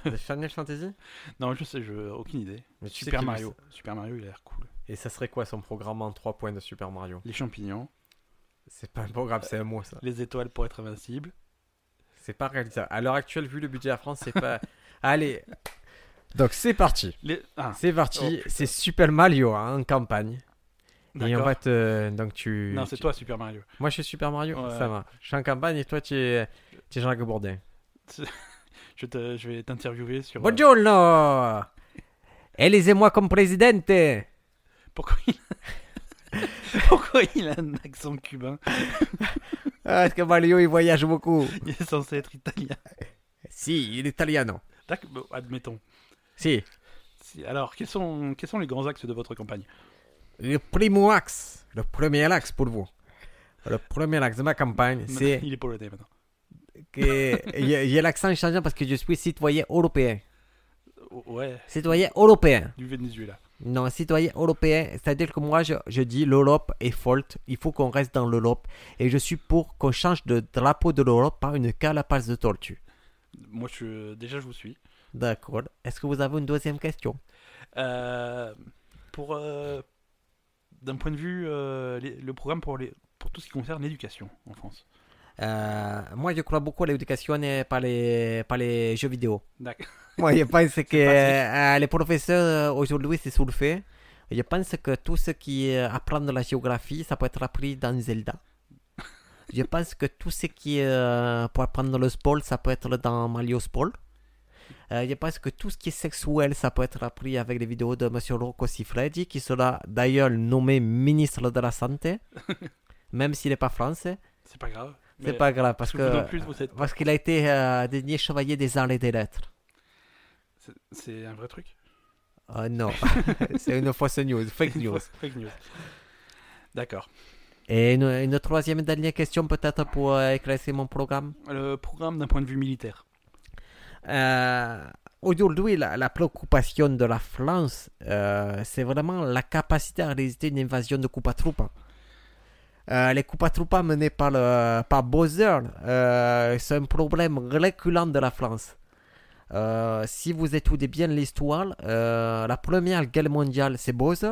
S1: de Final Fantasy,
S2: Non, je sais, je... aucune idée.
S1: Mais tu sais
S2: Super
S1: qu'il-
S2: Mario. Super Mario, il a l'air cool.
S1: et ça serait quoi son programme en 3 points de Super Mario
S2: Les champignons,
S1: C'est pas un programme, c'est un mot ça.
S2: les étoiles pour être invincible.
S1: C'est pas réalisable. À l'heure actuelle, vu le budget à France, c'est pas. Allez. Donc c'est parti.
S2: Les... Ah,
S1: C'est
S2: Oh,
S1: parti.
S2: putain.
S1: c'est Super Mario hein, en campagne. Et on
S2: d'accord.
S1: va te. Donc tu.
S2: Non, c'est
S1: tu-
S2: toi, Super Mario.
S1: Moi je suis Super Mario.
S2: Ouais.
S1: Ça va. Je suis en campagne et toi tu es, tu es Jean-Jacques Bourdin.
S2: Je, te... je vais t'interviewer sur. euh,
S1: Bonjour Élisez-moi comme présidente
S2: Ah. Pourquoi il... Pourquoi il a un accent cubain
S1: Parce que Mario il voyage beaucoup.
S2: Il est censé être italien.
S1: si, il est italiano.
S2: D'accord, bon, admettons.
S1: Si.
S2: Si- Alors, quels sont... quels sont les grands axes de votre campagne
S1: Le primo axe. Le premier axe pour vous. Le premier axe de ma campagne, c'est.
S2: Il est polonais maintenant.
S1: que il y a- il y a l'accent italien parce que je suis citoyen européen.
S2: O- Oh, Ouais,
S1: Citoyen européen.
S2: du Venezuela.
S1: Non, citoyen européen, c'est-à-dire que moi je, je dis l'Europe est folte, il faut qu'on reste dans l'Europe et je suis pour qu'on change de drapeau de l'Europe par une calapace de tortue.
S2: Moi, je... déjà, je vous suis.
S1: D'accord. Est-ce que vous avez une deuxième question
S2: Euh, pour euh, d'un point de vue euh, les- le programme pour les pour tout ce qui concerne l'éducation en France.
S1: Euh, Moi je crois beaucoup à l'éducation et par les, par les jeux vidéo.
S2: D'accord.
S1: Moi, je pense que
S2: facile.
S1: euh, les professeurs euh, aujourd'hui, c'est sur le fait. Je pense que tout ce qui est apprendre la géographie, ça peut être appris dans Zelda. Je pense que tout ce qui est euh, pour apprendre le sport, ça peut être dans Mario Sport. Euh, je pense que tout ce qui est sexuel, ça peut être appris avec les vidéos de Monsieur Rocco Siffredi, qui sera d'ailleurs nommé ministre de la Santé, même s'il n'est pas français.
S2: C'est pas grave.
S1: C'est
S2: mais
S1: pas grave, parce
S2: parce que vous non
S1: que
S2: plus, vous êtes-
S1: parce qu'il a été euh, désigné chevalier des arts et des lettres.
S2: c'est- c'est un vrai truc.
S1: Ah non, c'est une fausse news, fake news.
S2: Fake news. D'accord.
S1: Et une, une troisième et dernière question peut-être pour euh, éclaircir mon programme.
S2: Le programme d'un point de vue militaire.
S1: Euh, Aujourd'hui, la, la préoccupation de la France, euh, c'est vraiment la capacité à résister à une invasion de Koopa Troopa. Euh, les Koopa Troopa menés par, le, par Bowser, euh, c'est un problème récurrent de la France. Euh, si vous étudiez bien l'histoire, euh, la première guerre mondiale, c'est Bowser.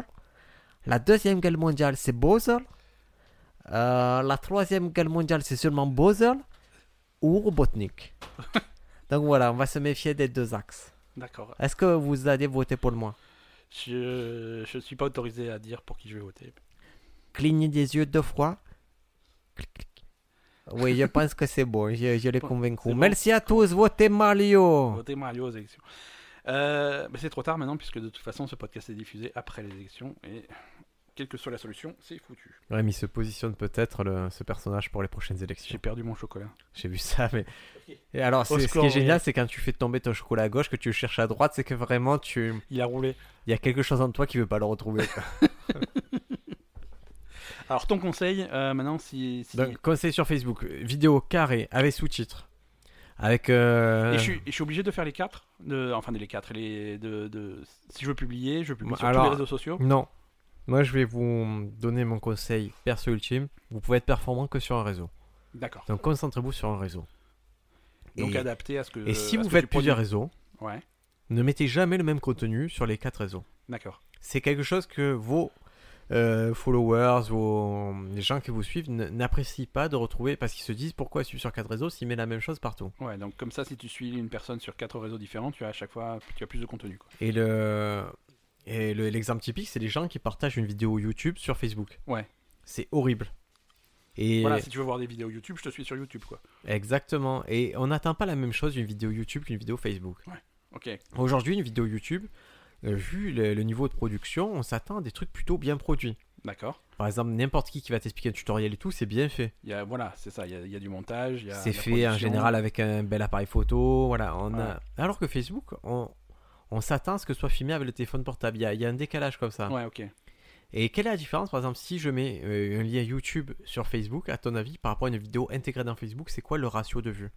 S1: La deuxième guerre mondiale, c'est Bowser. Euh, la troisième guerre mondiale, c'est seulement Bowser ou Robotnik. Donc voilà, on va se méfier des deux axes.
S2: D'accord.
S1: Est-ce que vous allez voter pour moi
S2: Je je suis pas autorisé à dire pour qui je vais voter.
S1: Clignez des yeux deux fois. Clic, clic. Oui, je pense que c'est bon, je, je l'ai
S2: Bon,
S1: convaincu.
S2: c'est bon.
S1: Merci à tous, votez Mario
S2: Voter Mario aux élections. Euh, mais c'est trop tard maintenant puisque de toute façon ce podcast est diffusé après les élections et quelle que soit la solution, c'est foutu.
S1: Ouais, mais il se positionne peut-être le- ce personnage pour les prochaines
S2: J'ai
S1: élections.
S2: perdu mon chocolat.
S1: J'ai vu ça, mais. Et alors,
S2: Au
S1: c'est- ce
S2: score,
S1: qui est
S2: oui.
S1: génial, c'est quand tu fais tomber ton chocolat à gauche, que tu le cherches à droite, c'est que vraiment, tu.
S2: Il a roulé.
S1: Il y a quelque chose en toi qui veut pas le retrouver.
S2: Alors ton conseil euh, maintenant si, si-
S1: Donc, conseil sur Facebook, euh, vidéo carrée avec sous-titres. Avec. euh,
S2: Et je, suis, et je suis obligé de faire les quatre, de, enfin des- les quatre, les de, de- si je veux publier, je publie
S1: Bah,
S2: sur tous
S1: alors-
S2: les réseaux sociaux.
S1: Non. Moi, je vais vous donner mon conseil perso ultime. Vous pouvez être performant que sur un réseau.
S2: D'accord.
S1: Donc, concentrez-vous sur un réseau.
S2: Donc
S1: et,
S2: adapté à ce que.
S1: et si
S2: Euh, à ce
S1: vous
S2: que tu
S1: faites plusieurs
S2: produis.
S1: réseaux,
S2: Ouais.
S1: ne mettez jamais le même contenu sur les quatre réseaux.
S2: D'accord.
S1: C'est quelque chose que vos euh, followers, vos, les gens qui vous suivent n- n'apprécient pas de retrouver parce qu'ils se disent pourquoi je suis sur quatre réseaux s'il met la même chose partout.
S2: Ouais. Donc comme ça, si tu suis une personne sur quatre réseaux différents, tu as à chaque fois, tu as plus de contenu. Quoi.
S1: Et le, Et le- l'exemple typique, c'est les gens qui partagent une vidéo YouTube sur Facebook.
S2: Ouais.
S1: C'est horrible. Et
S2: Voilà, si tu veux voir des vidéos YouTube, je te suis sur YouTube, quoi.
S1: exactement. Et on n'attend pas la même chose d'une vidéo YouTube qu'une vidéo Facebook.
S2: Ok.
S1: Aujourd'hui, une vidéo YouTube, euh, vu le, le niveau de production, on s'attend à des trucs plutôt bien produits.
S2: D'accord.
S1: Par exemple, n'importe qui qui va t'expliquer un tutoriel et tout, c'est bien fait.
S2: Il y a, voilà, c'est ça. Il y, a- il y a du montage. il y a
S1: C'est
S2: de la
S1: fait en
S2: production.
S1: général avec un bel appareil photo. Voilà, on
S2: Voilà.
S1: A... Alors que Facebook, on, on s'attend à ce que ce soit filmé avec le téléphone portable. Il y a, il y a un décalage comme ça.
S2: Ouais, ok.
S1: Et quelle est la différence, par exemple, si je mets euh, un lien YouTube sur Facebook, à ton avis, par rapport à une vidéo intégrée dans Facebook, c'est quoi le ratio de vues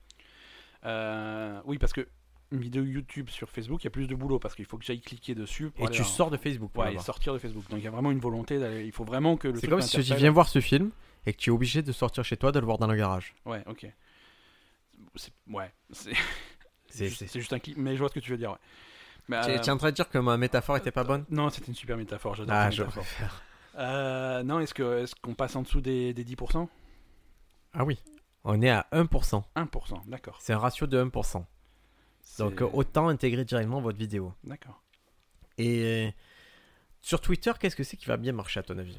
S2: Euh, oui, parce que une vidéo YouTube sur Facebook, il y a plus de boulot parce qu'il faut que j'aille cliquer dessus. Pour
S1: Et
S2: aller
S1: tu
S2: en-
S1: sors de Facebook pour
S2: Ouais,
S1: l'avoir.
S2: et sortir de Facebook. Donc il y a vraiment une volonté d'aller. Il faut vraiment que le.
S1: C'est
S2: truc
S1: comme si je te dis,
S2: m'interpelle.
S1: viens voir ce film et que tu es obligé de sortir chez toi, de le voir dans le garage.
S2: Ouais, ok. C'est- Ouais. C'est
S1: C'est-
S2: juste-
S1: c'est-
S2: c'est juste un clip, mais je vois ce que tu veux dire. Ouais. Mais,
S1: Tu
S2: euh,
S1: tu es en train de dire que ma métaphore était pas bonne
S2: Non, c'était une super métaphore. J'adore
S1: Ah,
S2: ta
S1: je
S2: métaphore.
S1: préfère.
S2: Euh, non, est-ce que est-ce qu'on passe en dessous des, des 10%
S1: Ah oui, on est à 1%.
S2: 1%, d'accord.
S1: C'est un ratio de 1%. Donc
S2: C'est-
S1: euh, autant intégrer directement votre vidéo.
S2: D'accord.
S1: Et euh, sur Twitter, qu'est-ce que c'est qui va bien marcher à ton avis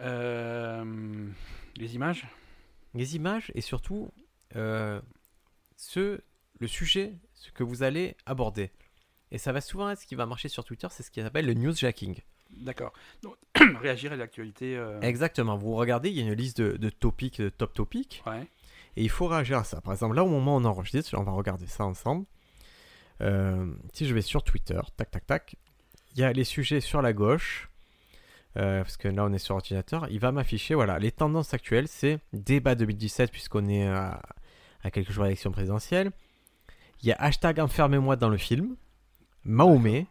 S2: Euh, les images
S1: les images et surtout euh, ce, le sujet ce que vous allez aborder. Et ça va souvent être ce qui va marcher sur Twitter, c'est ce qui s'appelle le newsjacking.
S2: D'accord. Donc, réagir à l'actualité. euh,
S1: Exactement, vous regardez, il y a une liste de, de topics, de top topics,
S2: Ouais.
S1: et il faut réagir à ça. Par exemple, là, au moment où on enregistre, on va regarder ça ensemble. Euh, si je vais sur Twitter, tac, tac, tac, il y a les sujets sur la gauche, euh, parce que là, on est sur ordinateur, il va m'afficher, voilà, les tendances actuelles, c'est débat 2017, puisqu'on est à, à quelques jours d'élection présidentielle. Il y a hashtag enfermez-moi dans le film, Mahomet,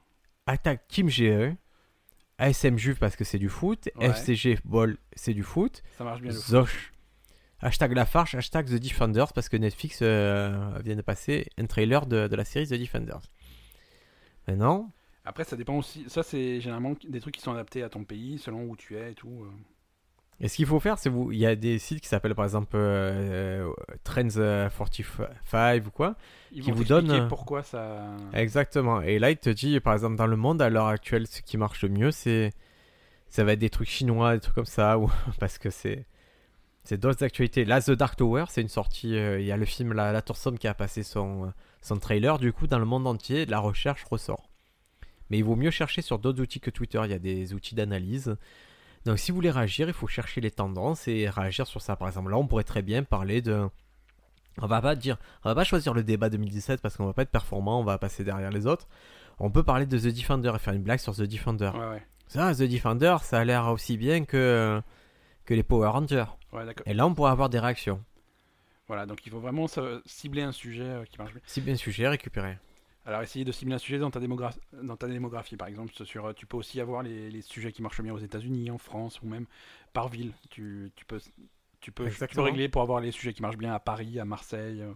S1: attaque Kim Jong-un, ASM Juve parce que c'est du foot,
S2: Ouais.
S1: FCG Ball c'est du foot,
S2: Ça marche bien. le foot.
S1: Zosh. Hashtag la farce, hashtag The Defenders, parce que Netflix euh, vient de passer un trailer de, de la série The Defenders. Maintenant,
S2: Après, ça dépend aussi. Ça, c'est généralement des trucs qui sont adaptés à ton pays, selon où tu es et tout. euh.
S1: et ce qu'il faut faire, c'est vous. Il y a des sites qui s'appellent par exemple euh, euh, Trends euh, 45 ou quoi.
S2: Ils
S1: Qui
S2: vont
S1: vous
S2: t'expliquer
S1: donne, euh,
S2: pourquoi ça.
S1: Exactement. Et là, il te dit, par exemple, dans le monde à l'heure actuelle, ce qui marche le mieux, c'est. Ça va être des trucs chinois, des trucs comme ça, ou... parce que c'est. C'est d'autres actualités. Là, The Dark Tower, c'est une sortie. euh, Il y a le film La, La Tour Sombre qui a passé son, son trailer. Du coup, dans le monde entier, la recherche ressort. Mais il vaut mieux chercher sur d'autres outils que Twitter. Il y a des outils d'analyse. Donc, si vous voulez réagir, il faut chercher les tendances et réagir sur ça. Par exemple, là, on pourrait très bien parler de. On va pas dire, on va pas choisir le débat 2017 parce qu'on va pas être performant, on va passer derrière les autres. On peut parler de The Defender et faire une blague sur The Defender.
S2: Ouais, ouais.
S1: Ça, The Defender, ça a l'air aussi bien que que les Power Rangers.
S2: Ouais, d'accord.
S1: Et là, on pourrait avoir des réactions.
S2: Voilà, donc il faut vraiment ça- cibler un sujet euh, qui marche bien.
S1: Si bien sujet récupéré.
S2: Alors, essayer de cibler un sujet dans ta, démogra- dans ta démographie, par exemple. Sur, euh, tu peux aussi avoir les, les sujets qui marchent bien aux États-Unis, en France, ou même par ville. Tu, tu peux. Tu peux, tu peux
S1: Exactement.
S2: régler pour avoir les sujets qui marchent bien à Paris, à Marseille. euh.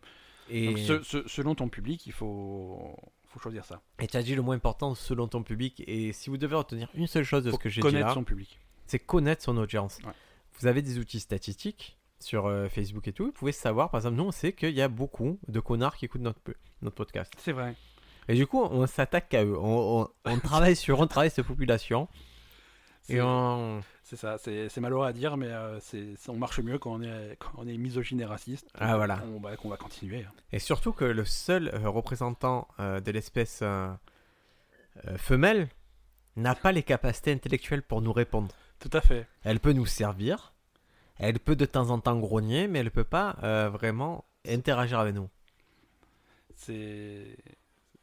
S1: Et
S2: Donc, ce- ce- selon ton public, il faut, faut choisir ça.
S1: et tu as dit le moins important selon ton public. Et si vous devez retenir une seule chose de
S2: Faut
S1: ce que j'ai dit
S2: connaître
S1: là,
S2: son public.
S1: c'est connaître son audience.
S2: Ouais.
S1: Vous avez des outils statistiques sur euh, Facebook et tout. Vous pouvez savoir, par exemple, nous, on sait qu'il y a beaucoup de connards qui écoutent notre, notre podcast.
S2: C'est vrai.
S1: Et du coup, on s'attaque à eux. On, on- on travaille sur, on travaille cette population.
S2: C'est-
S1: Et on...
S2: C'est ça, c'est c'est malheureux à dire, mais euh, c'est- c'est- on marche mieux quand on est, quand on est misogyne et raciste.
S1: Ah, voilà.
S2: On, bah, qu'on va continuer. hein.
S1: Et surtout que le seul euh, représentant euh, de l'espèce euh, euh, femelle n'a pas les capacités intellectuelles pour nous répondre.
S2: Tout à fait.
S1: Elle peut nous servir, elle peut de temps en temps grogner, mais elle peut pas euh, vraiment interagir avec nous.
S2: C'est.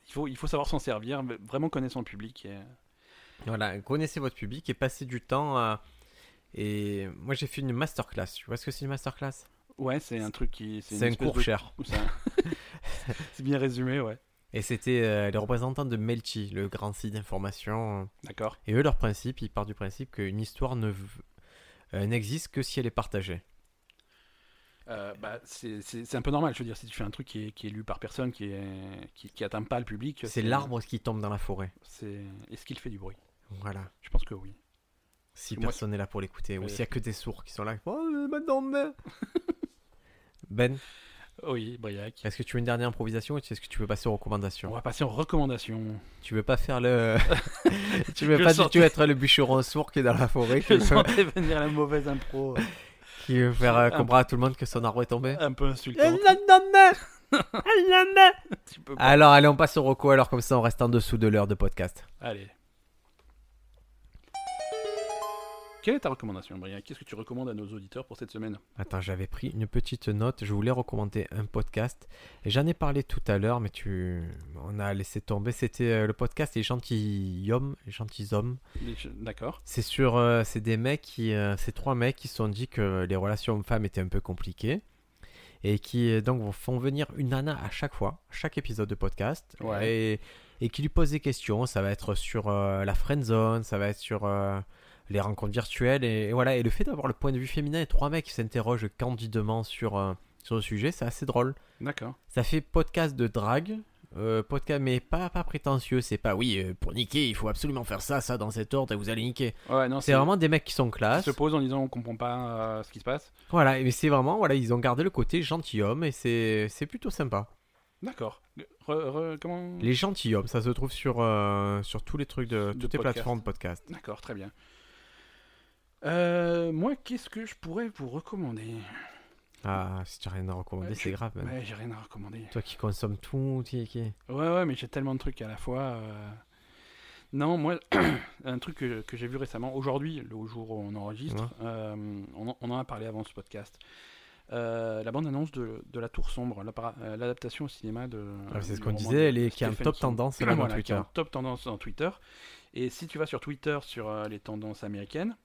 S2: Il faut, il faut savoir s'en servir, mais vraiment connaître son public. et-
S1: Voilà, connaissez votre public et passez du temps à... Et moi j'ai fait une masterclass. Tu vois ce que c'est une masterclass
S2: Ouais, c'est un truc qui. une
S1: C'est un
S2: espèce
S1: cours
S2: de-
S1: cher.
S2: C'est un- c'est bien résumé, ouais.
S1: Et c'était euh, les représentants de Melchi, le grand site d'information.
S2: D'accord.
S1: Et eux, leur principe, ils partent du principe qu'une histoire ne v- euh, n'existe que si elle est partagée.
S2: Euh, bah, c'est- c'est c'est un peu normal, je veux dire, si tu fais un truc qui est, qui est lu par personne, qui, est, qui, qui atteint pas le public.
S1: C'est l'arbre qui tombe dans la forêt.
S2: c'est- Est-ce qu'il fait du bruit
S1: Voilà.
S2: Je pense que oui.
S1: Si
S2: Moi,
S1: personne n'est là pour l'écouter, ou
S2: Ouais.
S1: s'il y a que des sourds qui sont là. Oh, euh, madame Ben,
S2: Oui, Briac.
S1: Est-ce que tu veux une dernière improvisation ou est-ce que tu veux passer aux recommandations
S2: On va passer en recommandations.
S1: Tu veux pas faire le. tu
S2: Je
S1: veux
S2: le
S1: pas du
S2: sentais.
S1: tout être le bûcheron sourd qui est dans la forêt, qui
S2: Je
S1: veut,
S2: sentais venir la mauvaise impro euh,
S1: qui veut faire euh,
S2: Un-
S1: comprendre à tout le monde que son arbre est tombé
S2: un peu insultante. Tu peux pas.
S1: Alors, allez, on passe au Rocco, alors comme ça on reste en dessous de l'heure de podcast.
S2: Allez. Quelle est ta recommandation, Briac Qu'est-ce que tu recommandes à nos auditeurs pour cette semaine
S1: Attends, j'avais pris une petite note, je voulais recommander un podcast. Et j'en ai parlé tout à l'heure, mais tu. On a laissé tomber. C'était euh, le podcast Les Gentilhommes. Les Gentilshommes.
S2: Les ch- D'accord.
S1: C'est sur, euh, c'est des mecs qui, euh, ces trois mecs qui se sont dit que les relations hommes-femmes étaient un peu compliquées et qui euh, donc font venir une nana à chaque fois, chaque épisode de podcast
S2: Ouais.
S1: et, et qui lui posent des questions. Ça va être sur euh, la friend zone, ça va être sur euh, les rencontres virtuelles et, et voilà. Et le fait d'avoir le point de vue féminin et trois mecs qui s'interrogent candidement sur euh, sur le sujet, c'est assez drôle.
S2: D'accord.
S1: Ça fait podcast de drague. euh, podcast mais pas pas prétentieux c'est pas oui euh, pour niquer il faut absolument faire ça ça dans cet ordre et vous allez niquer
S2: Ouais, non,
S1: c'est vraiment des mecs qui sont
S2: Ils
S1: classe.
S2: se posent en disant on comprend pas euh, ce qui se passe.
S1: Voilà, mais c'est vraiment, voilà, ils ont gardé le côté gentilhomme et c'est c'est plutôt sympa.
S2: D'accord. Re- re- comment
S1: Les gentilhommes, ça se trouve sur, euh, sur tous les trucs de,
S2: De
S1: toutes les
S2: podcast.
S1: plateformes de podcast.
S2: D'accord, très bien. Euh, moi, qu'est-ce que je pourrais vous recommander
S1: Ah, si tu as rien à recommander,
S2: Ouais,
S1: c'est
S2: je-
S1: grave. man.
S2: Ouais, j'ai rien à recommander.
S1: Toi qui consommes tout, qui, qui-
S2: Ouais, ouais, mais j'ai tellement de trucs à la fois. euh. Non, moi, un truc que, que j'ai vu récemment, aujourd'hui, le jour où on enregistre,
S1: Ouais.
S2: euh, on, en- on en a parlé avant ce podcast. Euh, la bande-annonce de, de La Tour Sombre, l'appa- euh, l'adaptation au cinéma de.
S1: Ah, c'est ce
S2: du
S1: qu'on
S2: roman
S1: disait,
S2: de
S1: elle est- qui est en
S2: Stephen
S1: top
S2: King.
S1: tendance, là, dans
S2: Voilà, qui est en
S1: Twitter.
S2: top tendance dans Twitter. Et si tu vas sur Twitter, sur euh, les tendances américaines,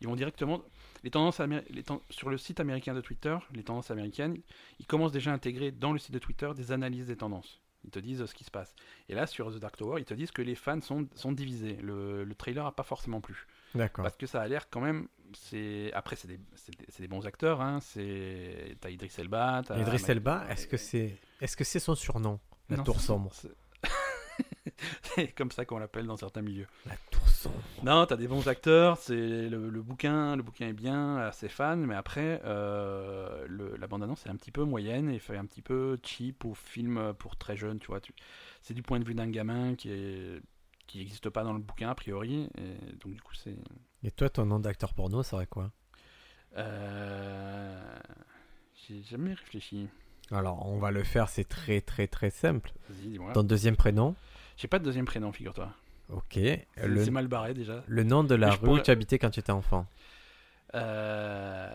S2: ils vont directement. Les tendances amé- les ten- Sur le site américain de Twitter, les tendances américaines, ils commencent déjà à intégrer dans le site de Twitter des analyses des tendances. Ils te disent euh, ce qui se passe. Et là, sur The Dark Tower, ils te disent que les fans sont, sont divisés. Le, le trailer a pas forcément plu.
S1: D'accord.
S2: Parce que ça a l'air quand même. c'est Après, c'est des, c'est des- c'est des bons acteurs. Hein. c'est- T'as Idris Elba. t'as-
S1: Idriss Elba, est-ce que c'est est-ce que c'est son surnom La
S2: Non,
S1: tour
S2: c'est-
S1: sombre.
S2: c'est- C'est comme ça qu'on l'appelle dans certains milieux.
S1: La tour sombre.
S2: Non, t'as des bons acteurs, c'est le, le bouquin, le bouquin est bien, à ses fans, mais après, euh, le- la bande-annonce est un petit peu moyenne et fait un petit peu cheap ou film pour très jeunes, tu vois. tu- c'est du point de vue d'un gamin qui est qui n'existe pas dans le bouquin a priori, et donc du coup c'est.
S1: Et toi, ton nom d'acteur porno, ça serait quoi
S2: Euh, J'ai jamais réfléchi.
S1: Alors, on va le faire, c'est très très très simple.
S2: Vas-y, dis-moi.
S1: Ton deuxième prénom,
S2: J'ai pas de deuxième prénom, figure-toi.
S1: ok.
S2: C'est
S1: Le,
S2: c'est mal barré déjà.
S1: le nom de la
S2: Mais
S1: rue
S2: je pourrais-
S1: où tu habitais quand tu étais enfant.
S2: Euh,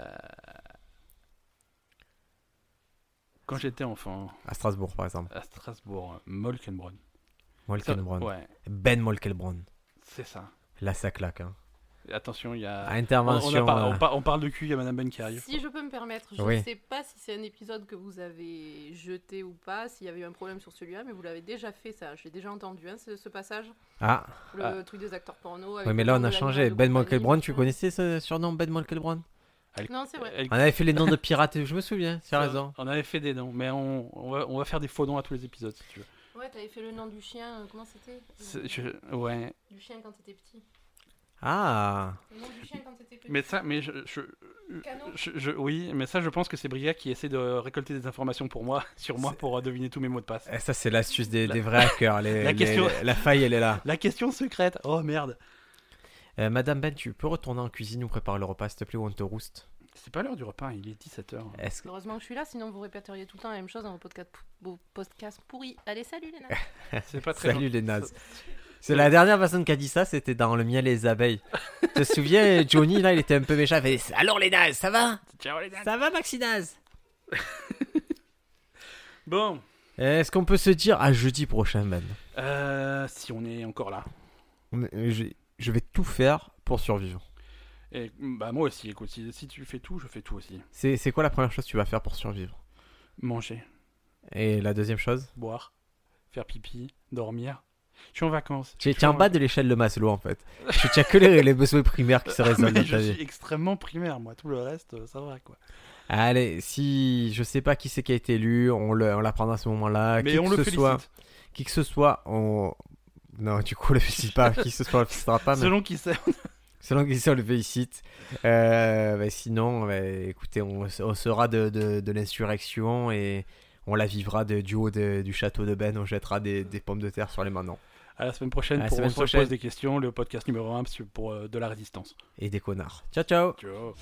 S2: Quand j'étais enfant
S1: À Strasbourg, par exemple.
S2: à Strasbourg, Molkenbronn.
S1: Molkenbron.
S2: Ouais,
S1: Ben Molkelbron.
S2: c'est ça.
S1: Là, ça claque. hein.
S2: Attention, il y
S1: Ah,
S2: a. Euh, On, on a
S1: Intervention.
S2: par-
S1: euh,
S2: on par- on parle de cul, il y a Madame Ben qui arrive.
S4: Si je peux me permettre, je ne
S1: Oui.
S4: sais pas si c'est un épisode que vous avez jeté ou pas, s'il y avait eu un problème sur celui-là, mais vous l'avez déjà fait ça. J'ai déjà entendu hein, ce, ce passage,
S1: Ah,
S4: le
S2: Ah.
S4: truc des acteurs porno. avec
S1: ouais, mais
S4: le
S1: là,
S4: nom
S1: on a
S4: de
S1: changé.
S4: l'animal de
S1: Ben
S4: compagnie,
S1: Molkelbron, tu
S4: machin.
S1: connaissais ce surnom, Ben Molkelbron
S4: Non, c'est vrai.
S2: Elle-
S1: On avait fait les noms de pirates, et je me souviens, c'est raison.
S2: On avait fait des noms, mais on, on va, on va faire des faux noms à tous les épisodes si tu veux.
S4: Ouais, t'avais fait le nom du chien, euh, comment c'était
S2: C'est- je- ouais,
S4: Du chien quand t'étais petit.
S1: Ah,
S4: Le nom du chien quand t'étais petit.
S2: mais ça, mais je, je,
S4: Canon.
S2: je- je- oui, mais ça, je pense que c'est Bria qui essaie de récolter des informations pour moi, sur moi, pour euh, deviner tous mes mots de passe.
S1: Eh, ça, c'est l'astuce des,
S2: La-
S1: des vrais hackers. les-
S2: La
S1: les-
S2: question-
S1: les- la faille, elle est là.
S2: La question secrète. Oh merde.
S1: Euh, Madame Ben, tu peux retourner en cuisine nous préparer le repas, s'il te plaît, ou on te rouste
S2: C'est pas l'heure du repas, il est 17h.
S1: Est-ce que-
S4: Heureusement que je suis là, sinon vous répéteriez tout le temps la même chose dans vos podcasts, pou- vos podcasts pourris. Allez, salut les nanas
S2: C'est pas très
S1: Salut
S2: gentil.
S1: les nazes. C'est la dernière personne qui a dit ça, c'était dans Le miel et les abeilles. tu te souviens, Johnny, là, il était un peu méchant. Il fait, Alors les nazes, ça va
S2: Ciao, les nanas.
S1: Ça va, Maxinaz
S2: Bon,
S1: Euh, Est-ce qu'on peut se dire à jeudi prochain, Ben
S2: euh, si on est encore là.
S1: je, euh, je vais tout faire pour survivre.
S2: Et, bah moi aussi, écoute, si, si tu fais tout, je fais tout aussi.
S1: C'est c'est quoi la première chose que tu vas faire pour survivre
S2: Manger,
S1: Et la deuxième chose
S2: boire, faire pipi, dormir. Je suis en vacances.
S1: Tu es,
S2: Je
S1: tu
S2: suis
S1: es en bas de l'échelle de Maslow en fait. tu tu as que les, les besoins primaires qui se résolvent
S2: Mais
S1: dans ta
S2: je
S1: vie.
S2: suis extrêmement primaire, moi. Tout le reste, euh, ça va, quoi.
S1: Allez, si je sais pas qui c'est qui a été élu, on le- on l'apprendra à ce moment-là.
S2: Mais
S1: qui
S2: on
S1: que
S2: le
S1: ce
S2: félicite.
S1: soit, Qui que ce soit, on. Non, du coup, on le félicite pas. qui que ce soit, on le félicitera pas. mais-
S2: Selon qui c'est.
S1: Selon que ça, on le félicite. Euh, bah, sinon, bah, écoutez, on, on sera de, de, de l'insurrection et on la vivra de- du haut de- du château de Ben, on jettera des, des pommes de terre sur les manants.
S2: À la semaine prochaine
S1: À la
S2: pour
S1: semaine
S2: On se pose
S1: prochaine.
S2: des questions, le podcast numéro 1 pour euh, de la résistance.
S1: Et des connards. Ciao, ciao
S2: Ciao.